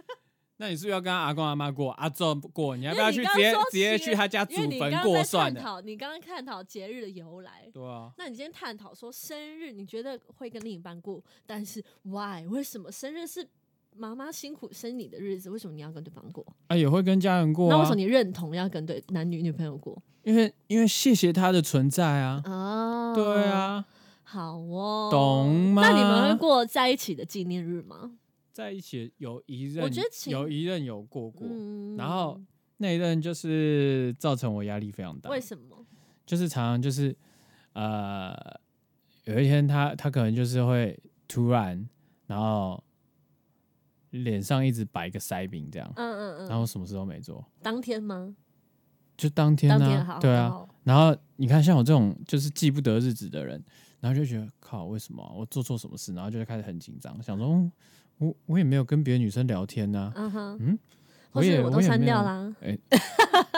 Speaker 1: (laughs) 那你是不是要跟他阿公阿妈过？阿昼过，你要不要
Speaker 2: 因
Speaker 1: 去
Speaker 2: 为
Speaker 1: 直
Speaker 2: 你
Speaker 1: 接
Speaker 2: 刚刚说
Speaker 1: 直接
Speaker 2: 节
Speaker 1: 去他啊家祖
Speaker 2: 因为你
Speaker 1: 坟
Speaker 2: 刚刚
Speaker 1: 过
Speaker 2: 在
Speaker 1: 算
Speaker 2: 探
Speaker 1: 了？
Speaker 2: 讨，你刚刚探讨节日的由来。
Speaker 1: 对啊，
Speaker 2: 那你今天探讨说生日，你觉得会跟另一半过，但是 why 为什么生日是妈妈辛苦生你的日子，为什么你要跟对方过？
Speaker 1: 啊也会跟家人过
Speaker 2: 那为
Speaker 1: 啊
Speaker 2: 什么。你认同要跟对男女女朋友过？
Speaker 1: 因为因为谢谢他的存在啊，
Speaker 2: 哦，
Speaker 1: 对，啊，
Speaker 2: 好哦，
Speaker 1: 懂吗
Speaker 2: 那你们会过在一起的纪念日吗？
Speaker 1: 在一起有一任，
Speaker 2: 我觉得情
Speaker 1: 有一任有过过，
Speaker 2: 嗯
Speaker 1: 然后那一任就是造成我压力非常大，
Speaker 2: 为什么？
Speaker 1: 就是常常就是呃，有一天他他可能就是会突然，然后脸上一直摆一个腮饼这样，
Speaker 2: 嗯嗯
Speaker 1: 然后
Speaker 2: 嗯，
Speaker 1: 什么事都没做，
Speaker 2: 当天吗？
Speaker 1: 就当天
Speaker 2: 当
Speaker 1: 呢、
Speaker 2: 天好，
Speaker 1: 对啊，
Speaker 2: 好，
Speaker 1: 然后你看，像我这种就是记不得日子的人，然后就觉得靠，为什么啊、我做错什么事？然后就会开始很紧张，想说，嗯我我也没有跟别的女生聊天
Speaker 2: (laughs)
Speaker 1: 呢、
Speaker 2: 嗯哼，
Speaker 1: 嗯，
Speaker 2: 或
Speaker 1: 我也
Speaker 2: 是我
Speaker 1: 我
Speaker 2: 都
Speaker 1: 也
Speaker 2: 删
Speaker 1: 没有啊
Speaker 2: 掉啦。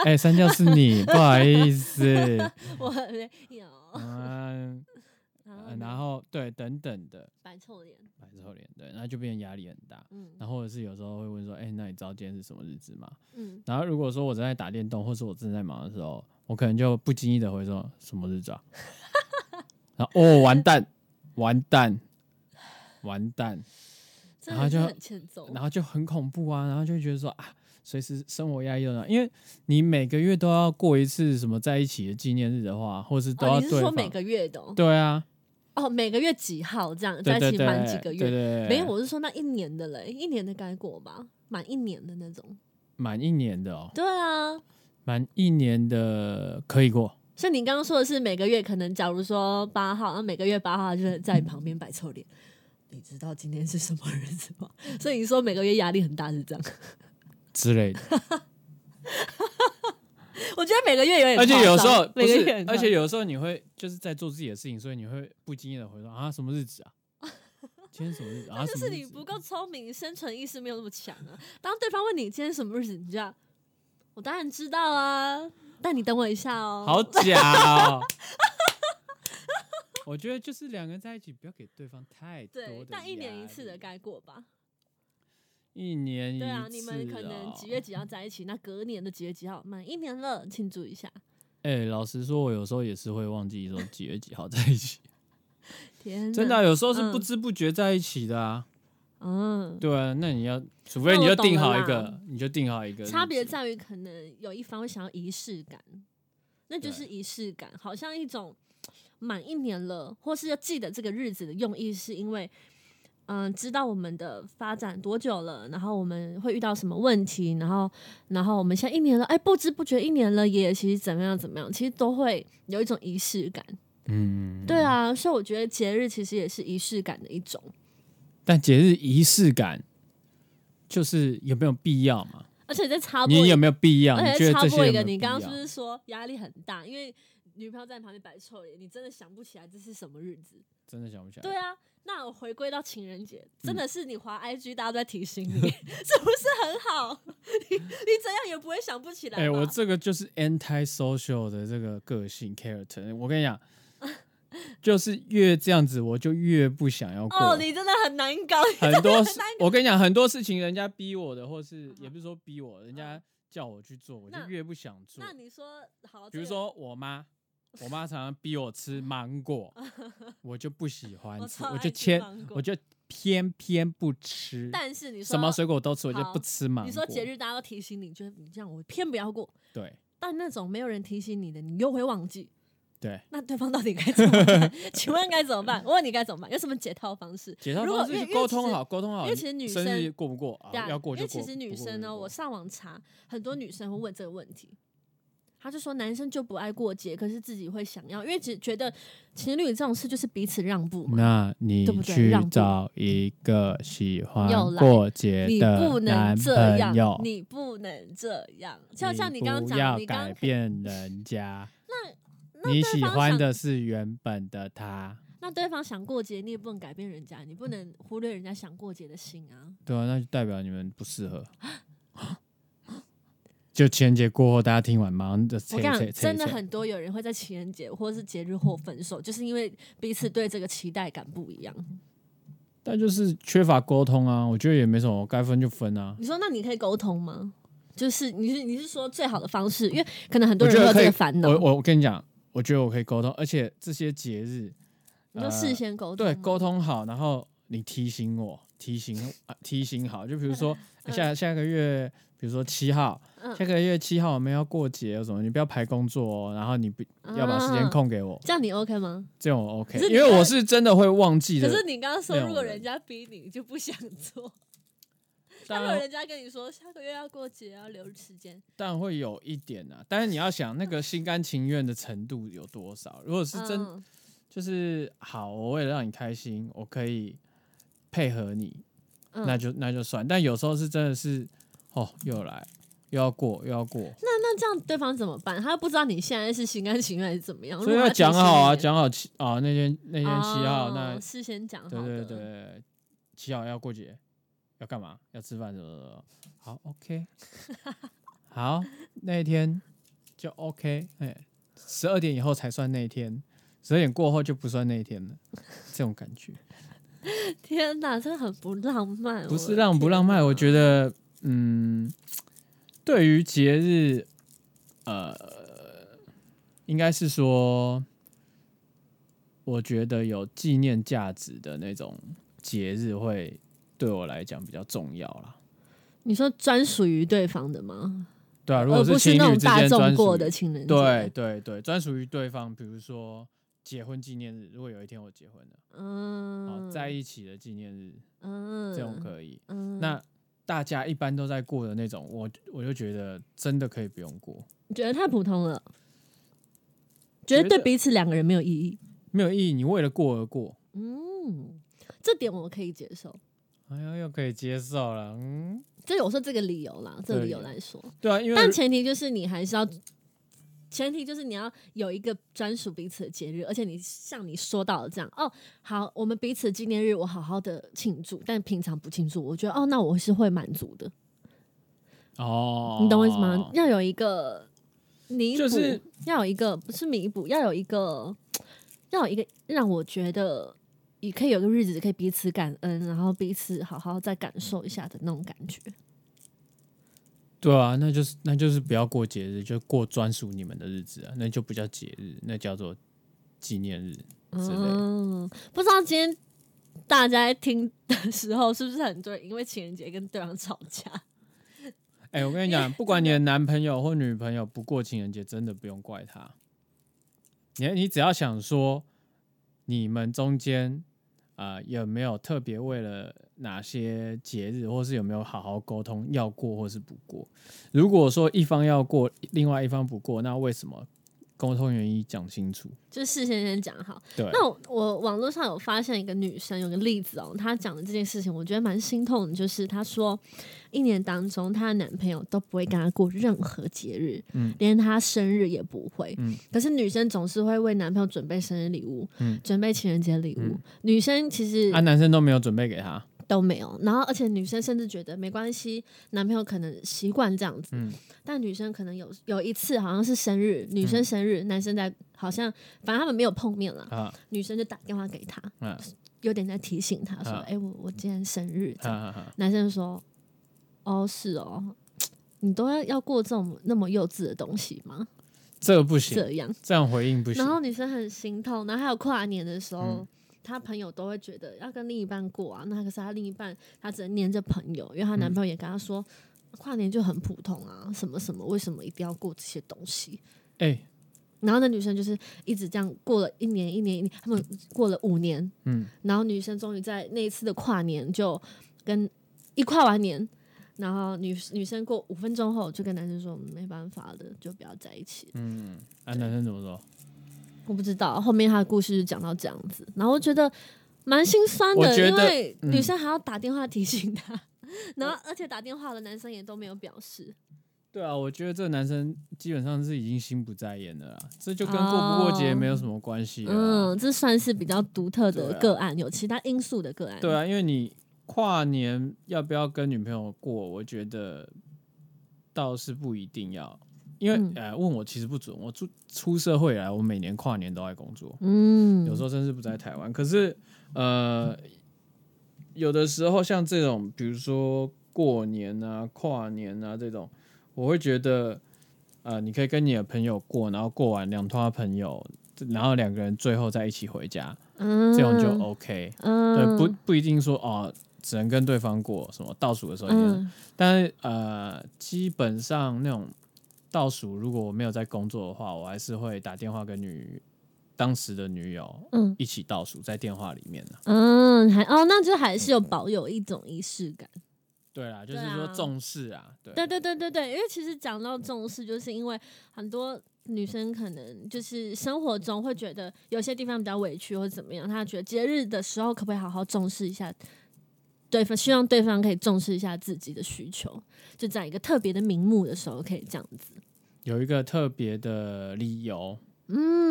Speaker 2: (laughs)
Speaker 1: 哎、三教是你，不好意思，
Speaker 2: 我
Speaker 1: (laughs)
Speaker 2: 有，
Speaker 1: 嗯、呃
Speaker 2: 然
Speaker 1: 然
Speaker 2: 后
Speaker 1: 后对，等等的，
Speaker 2: 板臭脸，
Speaker 1: 摆臭脸，对，然后就变成压力很大。
Speaker 2: 嗯
Speaker 1: 然后或者是有时候会问说，哎、那你知道今天是什么日子吗？
Speaker 2: 嗯，
Speaker 1: 然后如果说我正在打电动，或是我正在忙的时候，我可能就不经意的回说什么日子啊， (laughs) 然后哦完蛋，完蛋，完蛋，
Speaker 2: 真
Speaker 1: 然后
Speaker 2: 的是
Speaker 1: 就
Speaker 2: 很欠揍。
Speaker 1: 然后就很恐怖啊，然后就觉得说啊，随时生活压力都很大，因为你每个月都要过一次什么在一起的纪念日的话，或是都
Speaker 2: 哦，
Speaker 1: 要
Speaker 2: 你
Speaker 1: 对
Speaker 2: 是
Speaker 1: 方、
Speaker 2: 说每个月的哦？
Speaker 1: 对啊，
Speaker 2: 哦，每个月几号这样
Speaker 1: 对
Speaker 2: 在一
Speaker 1: 对
Speaker 2: 起
Speaker 1: 对，
Speaker 2: 满几个
Speaker 1: 对
Speaker 2: 月？
Speaker 1: 对对
Speaker 2: 没有，我是说那一年的嘞，一年的该过吧，满一年的那种。
Speaker 1: 满一年的哦，
Speaker 2: 对啊，
Speaker 1: 满一年的可以过，
Speaker 2: 所以你刚刚说的是每个月可能，假如说八号，那每个月八号就是在你旁边摆臭脸。你知道今天是什么日子吗？ (laughs) 所以你说每个月压力很大是这样？ (laughs)
Speaker 1: 之类的。
Speaker 2: 我觉得每个月有点夸
Speaker 1: 而
Speaker 2: 张，
Speaker 1: 且有时候不
Speaker 2: 每个
Speaker 1: 是
Speaker 2: 月，很夸张，
Speaker 1: 而且有时候你会就是在做自己的事情，所以你会不经意的回说啊什么日子
Speaker 2: (laughs)
Speaker 1: 啊，今天什么日子啊？
Speaker 2: 就
Speaker 1: 什么
Speaker 2: 是你
Speaker 1: 日子
Speaker 2: 不够聪明，生存意识没有那么强啊。当对方问你今天什么日子，你就要我当然知道啊，但你等我一下哦。
Speaker 1: 好假哦。 (laughs) 我觉得就是两个人在一起，不要给对方太多
Speaker 2: 对
Speaker 1: 的，
Speaker 2: 但一年
Speaker 1: 压
Speaker 2: 一次的
Speaker 1: 力
Speaker 2: 该过吧。
Speaker 1: 一年一次、哦
Speaker 2: 对啊，你们可能几月？几号在一起，那隔年的几月几号满一年了，庆祝一下。
Speaker 1: 哎、老实说，我有时候也是会忘记说几月几号在一
Speaker 2: (laughs)
Speaker 1: 起，
Speaker 2: 天哪，
Speaker 1: 真的啊、有时候是
Speaker 2: 嗯
Speaker 1: 不知不觉在一起的啊。
Speaker 2: 嗯，
Speaker 1: 对啊，那你要，除
Speaker 2: 那
Speaker 1: 非你
Speaker 2: 我
Speaker 1: 就
Speaker 2: 懂了
Speaker 1: 定好一
Speaker 2: 啦
Speaker 1: 个，你就定好一个日
Speaker 2: 差别
Speaker 1: 期
Speaker 2: 在于可能有一方会想要仪式感，那就
Speaker 1: 对
Speaker 2: 是仪式感，好像一种满一年了，或是要记得这个日子的用意，是因为嗯、知道我们的发展多久了，然后我们会遇到什么问题，然后然后我们现在一年了，哎，不知不觉一年了也，其实怎么样怎么样，其实都会有一种仪式感。
Speaker 1: 嗯，
Speaker 2: 对啊，所以我觉得节日其实也是仪式感的一种。
Speaker 1: 但节日仪式感就是有没有必要嘛？
Speaker 2: 而且在插播一
Speaker 1: 你
Speaker 2: 个
Speaker 1: 有没有必要？
Speaker 2: 而
Speaker 1: 你
Speaker 2: 且
Speaker 1: 觉得
Speaker 2: 插
Speaker 1: 这些有
Speaker 2: 播
Speaker 1: 没
Speaker 2: 一
Speaker 1: 有
Speaker 2: 个，
Speaker 1: 必
Speaker 2: 你刚刚是
Speaker 1: 要
Speaker 2: 不是说压力很大？因为女朋友在你旁边摆臭脸，你真的想不起来这是什么日子。
Speaker 1: 真的想不起来？
Speaker 2: 对啊，那我回归到情人节，真
Speaker 1: 嗯
Speaker 2: 的是你滑 IG，大家都在提醒你， (laughs) 是不是很好？ (laughs) 你你怎样也不会想不起来吧。
Speaker 1: 哎、我这个就是 anti social 的这个个性 character。我跟你
Speaker 2: (laughs)
Speaker 1: 讲，就是越这样子，我就越不想要过。
Speaker 2: 哦，你真的很难搞。
Speaker 1: 很多事，我跟你讲，很多事情人家逼我的，或是也不是说逼我，人家叫我去做，我就
Speaker 2: 那
Speaker 1: 越不想做。
Speaker 2: 那你说好，
Speaker 1: 比如
Speaker 2: 这个
Speaker 1: 说我妈，我妈常常逼我吃芒
Speaker 2: (laughs)
Speaker 1: 果，我就不喜欢
Speaker 2: 我
Speaker 1: 吃，
Speaker 2: 超
Speaker 1: 我
Speaker 2: 爱
Speaker 1: 就
Speaker 2: 吃
Speaker 1: 偏
Speaker 2: 芒，果
Speaker 1: 我就偏偏不吃。
Speaker 2: 但是你说
Speaker 1: 什么水果都吃，我就
Speaker 2: 好
Speaker 1: 不吃芒果。
Speaker 2: 你说节日大家都提醒你，觉得你这样我偏不要过。
Speaker 1: 对
Speaker 2: 但那种没有人提醒你的，你又会忘记。
Speaker 1: 对，
Speaker 2: 那对方到底该怎么办？ (laughs) 请问该怎么办？我问你该怎么办？有什么解套方式？
Speaker 1: 解套
Speaker 2: 如果
Speaker 1: 方式
Speaker 2: 因
Speaker 1: 是
Speaker 2: 为
Speaker 1: 沟通。
Speaker 2: 因为其
Speaker 1: 好，
Speaker 2: 实
Speaker 1: 沟通好。
Speaker 2: 因为其实女
Speaker 1: 生日
Speaker 2: 生
Speaker 1: 过不过啊
Speaker 2: 对？啊，
Speaker 1: 要过
Speaker 2: 因
Speaker 1: 就
Speaker 2: 为
Speaker 1: 过。
Speaker 2: 其实女
Speaker 1: 不过就
Speaker 2: 生呢，哦
Speaker 1: 过
Speaker 2: 我上网查，很多女生会问这个问题，她就说男生就不爱过节，可是自己会想要，因为只觉得情侣这种事就是彼此让步嘛。
Speaker 1: 那你
Speaker 2: 对不对
Speaker 1: 去
Speaker 2: 让步
Speaker 1: 找一个喜欢
Speaker 2: 又来
Speaker 1: 过节
Speaker 2: 你
Speaker 1: 的
Speaker 2: 不能
Speaker 1: 嗯男
Speaker 2: 这
Speaker 1: 朋
Speaker 2: 样
Speaker 1: 友，，
Speaker 2: 你不能这样。就像你
Speaker 1: 不
Speaker 2: 刚
Speaker 1: 要
Speaker 2: 刚讲，你刚
Speaker 1: 改
Speaker 2: 刚
Speaker 1: 变人家。
Speaker 2: 那
Speaker 1: 你
Speaker 2: 对
Speaker 1: 喜
Speaker 2: 方
Speaker 1: 欢
Speaker 2: 想
Speaker 1: 的是原本的他，
Speaker 2: 那对方想过节，你也不能改变人家，你不能忽略人家想过节的心啊。
Speaker 1: 对啊，那就代表你们不适
Speaker 2: (gasps)
Speaker 1: 合。就情人节过后，大家听完马上就
Speaker 2: 我
Speaker 1: 切
Speaker 2: 跟你
Speaker 1: 切
Speaker 2: 讲，真的
Speaker 1: 切切。
Speaker 2: 很多有人会在情人节或是节日后分手，就是因为彼此对这个期待感不一样。
Speaker 1: 但就是缺乏沟通啊，我觉得也没什么，该分就分啊。
Speaker 2: 你说，那你可以沟通吗？就是你是你是说最好的方式，因为可能很多
Speaker 1: 我
Speaker 2: 人
Speaker 1: 觉
Speaker 2: 会
Speaker 1: 得可
Speaker 2: 有这
Speaker 1: 以
Speaker 2: 个烦恼
Speaker 1: 我。我我跟你讲，我觉得我可以沟通，而且这些节日
Speaker 2: 你说事先沟通吗、
Speaker 1: 呃对沟通好，然后你提醒我，提醒、啊、提醒好，就比如说哎
Speaker 2: (laughs) 嗯
Speaker 1: 下下个月，比如说七号，
Speaker 2: 嗯
Speaker 1: 下个月七号我们要过节，什么你不要排工作哦，然后你不要把时间
Speaker 2: 啊
Speaker 1: 空给我，
Speaker 2: 这样你 OK 吗？
Speaker 1: 这种我 OK，
Speaker 2: 可是你
Speaker 1: 因为
Speaker 2: 看
Speaker 1: 我是真的会忘记
Speaker 2: 可
Speaker 1: 的。
Speaker 2: 是你刚刚说，
Speaker 1: 那种
Speaker 2: 如果
Speaker 1: 人
Speaker 2: 人家逼你，你就不想
Speaker 1: (laughs)
Speaker 2: 做。
Speaker 1: 当
Speaker 2: 那如果
Speaker 1: 然
Speaker 2: 人家跟你说下个月要过节，要留时间，
Speaker 1: 当然会有一点啊，但是你要想那个心甘情愿的程度有多少，如果是真、
Speaker 2: 嗯
Speaker 1: 就是好，我为了让你开心，我可以配合你，
Speaker 2: 嗯
Speaker 1: 那就那就算。但有时候是真的是，哦，又来，又要过，又要过，
Speaker 2: 那那这样对方怎么办？他不知道你现在是心甘情愿还是怎么样，
Speaker 1: 所以
Speaker 2: 如果
Speaker 1: 要
Speaker 2: 他提
Speaker 1: 讲
Speaker 2: 醒
Speaker 1: 好啊，
Speaker 2: 你
Speaker 1: 讲好七啊，那天那天七号，
Speaker 2: 哦
Speaker 1: 那
Speaker 2: 事先讲好
Speaker 1: 对
Speaker 2: 的
Speaker 1: 对对，对，七号要过节，要干嘛？要吃饭什么什么什么？好，OK，好，那一天就 OK，哎、十二点以后才算那一天，十二点过后就不算那一天了，这种感觉。
Speaker 2: 天哪，真的很不浪漫。
Speaker 1: 不
Speaker 2: 我
Speaker 1: 是
Speaker 2: 的
Speaker 1: 浪不
Speaker 2: 天
Speaker 1: 浪漫，
Speaker 2: 哪
Speaker 1: 我觉得，嗯，对于节日，呃，应该是说，我觉得有纪念价值的那种节日会对我来讲比较重要啦。
Speaker 2: 你说专属于对方的吗？
Speaker 1: 对啊，如
Speaker 2: 而
Speaker 1: 果
Speaker 2: 不
Speaker 1: 情
Speaker 2: 那
Speaker 1: 侣
Speaker 2: 种
Speaker 1: 之
Speaker 2: 大
Speaker 1: 间专属
Speaker 2: 众过
Speaker 1: 于
Speaker 2: 的情人节。
Speaker 1: 对，对对，专属于对方，比如说结婚纪念日，如果有一天我结婚了，
Speaker 2: 嗯
Speaker 1: 啊，，在一起的纪念日，
Speaker 2: 嗯
Speaker 1: 这种可以。
Speaker 2: 嗯，
Speaker 1: 那大家一般都在过的那种，我我就觉得真的可以不用过，
Speaker 2: 你觉得太普通了，觉得
Speaker 1: 觉
Speaker 2: 对
Speaker 1: 得
Speaker 2: 彼此两个人没有意义。
Speaker 1: 没有意义。你为了过而过，
Speaker 2: 嗯，这点我可以接受。
Speaker 1: 哎呀，又可以接受了。嗯，
Speaker 2: 这我说这个理由啦，
Speaker 1: 这
Speaker 2: 这个
Speaker 1: 个
Speaker 2: 理
Speaker 1: 理
Speaker 2: 由
Speaker 1: 由
Speaker 2: 来说，
Speaker 1: 对啊，因为
Speaker 2: 但前提就是你还是要，前提就是你要有一个专属彼此的节日，而且你像你说到的这样，哦，好，我们彼此纪念日我好好的庆祝，但平常不庆祝，我觉得哦，那我是会满足的，
Speaker 1: 哦，
Speaker 2: 你懂我意思吗？？要有一个弥补，
Speaker 1: 就是
Speaker 2: 要有一个不是弥补，要有一个，要有一个让我觉得。也可以有个日子可以彼此感恩，然后彼此好好再感受一下的那种感觉。
Speaker 1: 对啊，那就是那就是不要过节日，就过专属你们的日子啊，那就不叫节日，那叫做纪念日之类的。
Speaker 2: 嗯，不知道今天大家在听的时候，是不是很多人因为情人节跟对方吵架？ (laughs)
Speaker 1: 哎、我跟你讲，不管你的男朋友或女朋友不过情人节，真的不用怪他。你你只要想说，你们中间啊、呃有没有特别为了哪些节日，或是有没有好好沟通要过或是不过？如果说一方要过，另外一方不过，那为什么沟通原因讲清楚？
Speaker 2: 就事先先讲好。
Speaker 1: 对，
Speaker 2: 那我我网络上有发现一个女生有个例子哦，她讲的这件事情，我觉得蛮心痛的。就是她说，一年当中她的男朋友都不会跟她过任何节日，
Speaker 1: 嗯
Speaker 2: 连她生日也不会。
Speaker 1: 嗯
Speaker 2: 可是女生总是会为男朋友准备生日礼物，
Speaker 1: 嗯
Speaker 2: 准备情人节礼物。
Speaker 1: 嗯
Speaker 2: 女生其实
Speaker 1: 啊，男生都没有准备给他，
Speaker 2: 都没有，然后而且女生甚至觉得没关系，男朋友可能习惯这样子，
Speaker 1: 嗯
Speaker 2: 但女生可能有有一次好像是生日，女
Speaker 1: 嗯
Speaker 2: 生生日，男生在好像反正他们没有碰面了，
Speaker 1: 啊
Speaker 2: 女生就打电话给他，
Speaker 1: 啊
Speaker 2: 有点在提醒他说：“哎、
Speaker 1: 啊
Speaker 2: 我我今天生日。
Speaker 1: 啊啊！
Speaker 2: 男生说：“哦，是哦，你都要要过这种那么幼稚的东西吗？
Speaker 1: 这个不行，
Speaker 2: 这样。
Speaker 1: 这样回应不”行
Speaker 2: 然。后女生很心痛。然后还有跨年的时候，
Speaker 1: 嗯
Speaker 2: 她朋友都会觉得要跟另一半过啊，那可是她另一半她只能黏着朋友，因为
Speaker 1: 嗯
Speaker 2: 她男朋友也跟她说。跨年就很普通啊，什么什么，为什么一定要过这些东西？
Speaker 1: 哎、
Speaker 2: 然后那女生就是一直这样过了一年一年一年，他们过了五年，
Speaker 1: 嗯，
Speaker 2: 然后女生终于在那一次的跨年就跟一跨完年，然后女女生过五分钟后就跟男生说没办法了，就不要在一起。
Speaker 1: 啊，男生怎么说？
Speaker 2: 我不知道后面她的故事就讲到这样子，然后我觉得蛮心酸的
Speaker 1: 我，觉
Speaker 2: 因
Speaker 1: 得
Speaker 2: 为
Speaker 1: 嗯
Speaker 2: 女生还要打电话提醒她， (laughs) 然后而且打电话的男生也都没有表示，
Speaker 1: 对啊，我觉得这个男生基本上是已经心不在焉的啦，这就跟过不过节没有什么关系啊了啦。
Speaker 2: 哦嗯，这算是比较独特的
Speaker 1: 对啊
Speaker 2: 个案，有其他因素的个案，
Speaker 1: 对啊，因为你跨年要不要跟女朋友过，我觉得倒是不一定要，因为、
Speaker 2: 嗯
Speaker 1: 呃，问我其实不准，我出出社会来，我每年跨年都在工作，
Speaker 2: 嗯，
Speaker 1: 有时候甚至不在台湾。可是呃，有的时候像这种，比如说过年啊、跨年啊这种，我会觉得，呃，你可以跟你的朋友过，然后过完两团朋友，然后两个人最后再一起回家，
Speaker 2: 嗯
Speaker 1: 这样就 OK。
Speaker 2: 嗯，
Speaker 1: 对，不不一定说哦，只能跟对方过什么倒数的时候一定要，
Speaker 2: 嗯
Speaker 1: 但是呃，基本上那种倒数，如果我没有在工作的话，我还是会打电话跟女当时的女友
Speaker 2: 嗯
Speaker 1: 一起倒数，在电话里面呢。
Speaker 2: 嗯，还哦，那就还是有保有一种仪式感。
Speaker 1: 对啦，就
Speaker 2: 对
Speaker 1: 是
Speaker 2: 啊
Speaker 1: 说重视啊，对
Speaker 2: 对对对对对，因为其实讲到重视，就是因为很多女生可能就是生活中会觉得有些地方比较委屈或怎么样，她觉得节日的时候可不可以好好重视一下对方，希望对方可以重视一下自己的需求，就在一个特别的名目的时候可以这样子。
Speaker 1: 有一个特别的理由，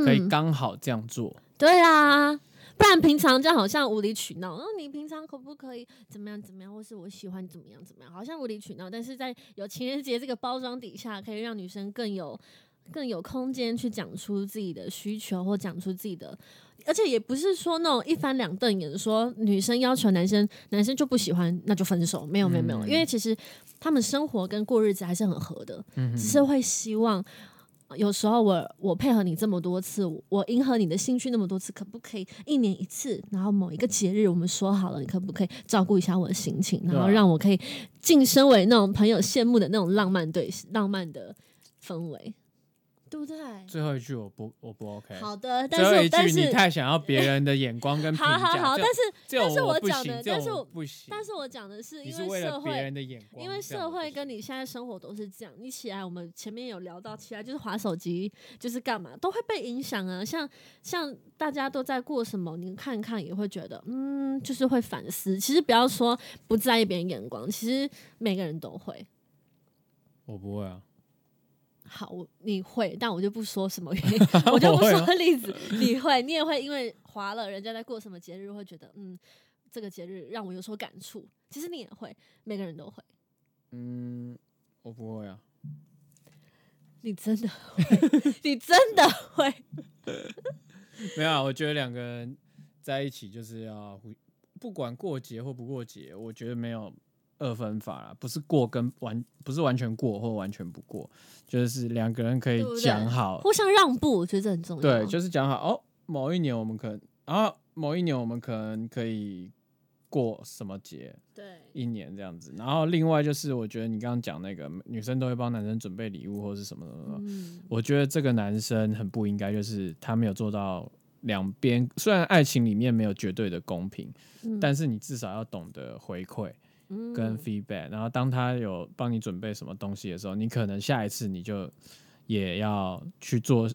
Speaker 1: 可以
Speaker 2: 嗯，
Speaker 1: 刚好这样做。
Speaker 2: 对啊。不然平常这样好像无理取闹，哦，你平常可不可以怎么样怎么样，或是我喜欢怎么样怎么样，好像无理取闹，但是在有情人节这个包装底下，可以让女生更有更有空间去讲出自己的需求或讲出自己的，而且也不是说那种一翻两瞪眼，说女生要求男生，男生就不喜欢，那就分手，没有没有没有，
Speaker 1: 嗯
Speaker 2: 因为其实他们生活跟过日子还是很合的，
Speaker 1: 嗯
Speaker 2: 只是会希望。呃有时候我我配合你这么多次，我我迎合你的兴趣那么多次，可不可以一年一次？然后某一个节日我们说好了，你可不可以照顾一下我的心情，
Speaker 1: 对
Speaker 2: 然
Speaker 1: 啊
Speaker 2: 后让我可以晋升为那种朋友羡慕的那种浪漫对浪漫的氛围，对不对？
Speaker 1: 最后一句我不我不 OK。
Speaker 2: 好的，
Speaker 1: 最
Speaker 2: 但
Speaker 1: 后
Speaker 2: 是
Speaker 1: 一
Speaker 2: 但
Speaker 1: 句你
Speaker 2: 是
Speaker 1: 太想要别人的眼
Speaker 2: (laughs)
Speaker 1: 光跟评
Speaker 2: 好
Speaker 1: 价，
Speaker 2: 好好，
Speaker 1: 这
Speaker 2: 但
Speaker 1: 样
Speaker 2: 是
Speaker 1: 这种
Speaker 2: 但是我
Speaker 1: 不
Speaker 2: 讲
Speaker 1: 行这
Speaker 2: 的
Speaker 1: 种
Speaker 2: 但是
Speaker 1: 我
Speaker 2: 我
Speaker 1: 不行。
Speaker 2: 但是我讲的是
Speaker 1: 你
Speaker 2: 因
Speaker 1: 是为
Speaker 2: 社
Speaker 1: 了别
Speaker 2: 会。
Speaker 1: 人的眼光，
Speaker 2: 因为
Speaker 1: 这样
Speaker 2: 社
Speaker 1: 我不
Speaker 2: 会
Speaker 1: 行
Speaker 2: 跟你现在生活都是这样，你起来我们前面有聊到，起来就是划手机，就是干嘛都会被影响啊。像像大家都在过什么，你看看也会觉得，嗯，就是会反思。其实不要说不在意别人眼光，其实每个人都会。
Speaker 1: 我不会啊，
Speaker 2: 好，我你会，但我就不说什么
Speaker 1: (laughs)
Speaker 2: 原因，我就
Speaker 1: 我
Speaker 2: 不
Speaker 1: 会
Speaker 2: 说例子。你会，你也会因为划了人家在过什么节日，会觉得嗯，这个节日让我有所感触。其实你也会，每个人都会。
Speaker 1: 嗯，我不会啊。
Speaker 2: 你真的
Speaker 1: (laughs)
Speaker 2: 会，你真的会。
Speaker 1: 没有啊，我觉得两个人在一起就是要互不管过节或不过节，我觉得没有二分法啦，不是过跟完不是完全过或完全不过，就是两个人可以
Speaker 2: 对不对
Speaker 1: 讲好，
Speaker 2: 互相让步，我觉得这很重要。
Speaker 1: 对，就是讲好哦，某一年我们可能啊，某一年我们可能可以过什么节，
Speaker 2: 对
Speaker 1: 一年这样子。然后另外就是，我觉得你刚刚讲那个女生都会帮男生准备礼物或是什么什么什么，
Speaker 2: 嗯，
Speaker 1: 我觉得这个男生很不应该，就是他没有做到两边。虽然爱情里面没有绝对的公平，
Speaker 2: 嗯
Speaker 1: 但是你至少要懂得回馈跟
Speaker 2: 嗯
Speaker 1: feedback、然后当他有帮你准备什么东西的时候，你可能下一次你就也要去做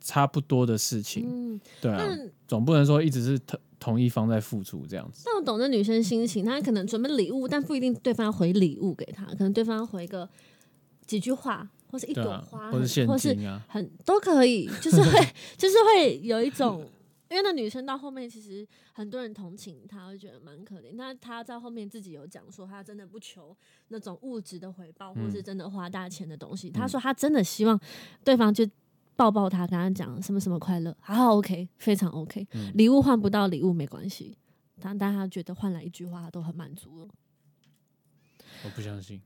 Speaker 1: 差不多的事情。
Speaker 2: 嗯，
Speaker 1: 对啊，
Speaker 2: 但
Speaker 1: 总不能说一直是同同一方在付出这样子。
Speaker 2: 但我懂这女生心情，她可能准备礼物，但不一定对方要回礼物给她，可能对方要回个几句话，或是一
Speaker 1: 对
Speaker 2: 朵
Speaker 1: 啊
Speaker 2: 花，，
Speaker 1: 或是现
Speaker 2: 或是
Speaker 1: 金啊，
Speaker 2: 很都可以，就是会 (laughs) 就是会有一种。因为那女生到后面，其实很多人同情她，会觉得蛮可怜。那她在后面自己有讲说，她真的不求那种物质的回报，
Speaker 1: 嗯
Speaker 2: 或是真的花大钱的东西。她说她真的希望对方就抱抱她，跟她讲什么什么快乐，好好 OK，非常 OK
Speaker 1: 嗯。
Speaker 2: 礼物换不到礼物没关系，但但她觉得换来一句话，她都很满足了。
Speaker 1: 我不相信。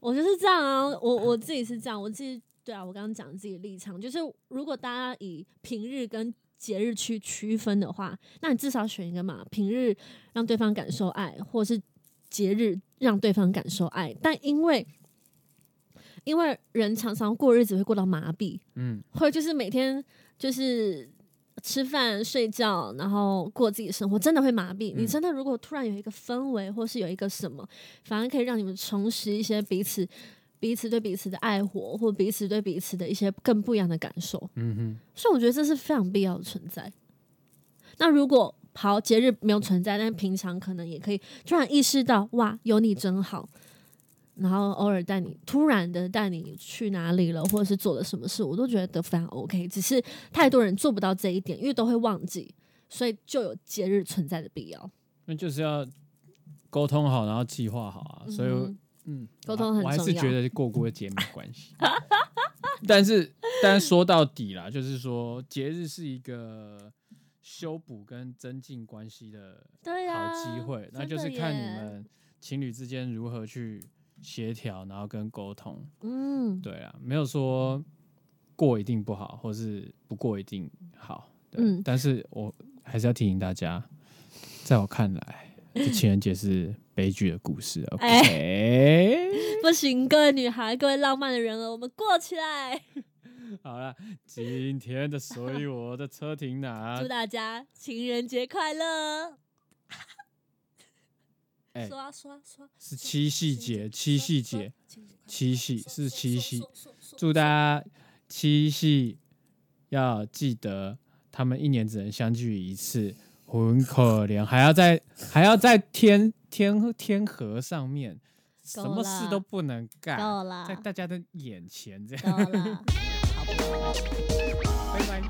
Speaker 2: 我就是这样啊，我我自己是这样，我自己对啊，我刚刚讲自己的立场，就是如果大家以平日跟节日去区分的话，那你至少选一个嘛，平日让对方感受爱，或是节日让对方感受爱。但因为因为人常常过日子会过到麻痹，
Speaker 1: 嗯，
Speaker 2: 或者就是每天就是吃饭、睡觉，然后过自己的生活，真的会麻痹。你真的如果突然有一个氛围，或是有一个什么，反而可以让你们重拾一些彼此、彼此对彼此的爱火，或彼此对彼此的一些更不一样的感受。
Speaker 1: 嗯哼，
Speaker 2: 所以我觉得这是非常必要的存在。那如果好节日没有存在，但是平常可能也可以突然意识到，哇，有你真好。然后偶尔带你，突然的带你去哪里了，或者是做了什么事，我都觉得非常 OK。只是太多人做不到这一点，因为都会忘记，所以就有节日存在的必要。
Speaker 1: 那就是要沟通好，然后计划好啊。所以我，
Speaker 2: 嗯
Speaker 1: 嗯，
Speaker 2: 沟通很
Speaker 1: 我还
Speaker 2: 重
Speaker 1: 是
Speaker 2: 要
Speaker 1: 觉得过过节没关系。 (laughs) 但是，但是说到底啦，就是说节日是一个修补跟增进关系的
Speaker 2: 对啊
Speaker 1: 好
Speaker 2: 呀、
Speaker 1: 机会，那就是看你，们情侣之间如何去协调，然后跟沟通。
Speaker 2: 嗯
Speaker 1: 对啊，没有说过一定不好，或是不过一定好。对，
Speaker 2: 嗯
Speaker 1: 但是我还是要提醒大家，在我看来，这情人节是悲剧的故事。OK，、
Speaker 2: (laughs) 不行，各位女孩，各位浪漫的人儿，我们过起来。
Speaker 1: (laughs) 好了，今天的所以我的车停
Speaker 2: (laughs)
Speaker 1: 哪
Speaker 2: 祝？大家情人节快乐！
Speaker 1: 哎
Speaker 2: 说啊说啊说啊，
Speaker 1: 是七夕节，七夕节，，七夕是七夕。祝大
Speaker 2: 家
Speaker 1: 家七夕要记得，他们一年只能相聚一次，很可怜，还要在还要在天天天河上面，什么事都不能干，
Speaker 2: 够了
Speaker 1: 在大家的眼前这样，
Speaker 2: 到了。
Speaker 1: 拜拜。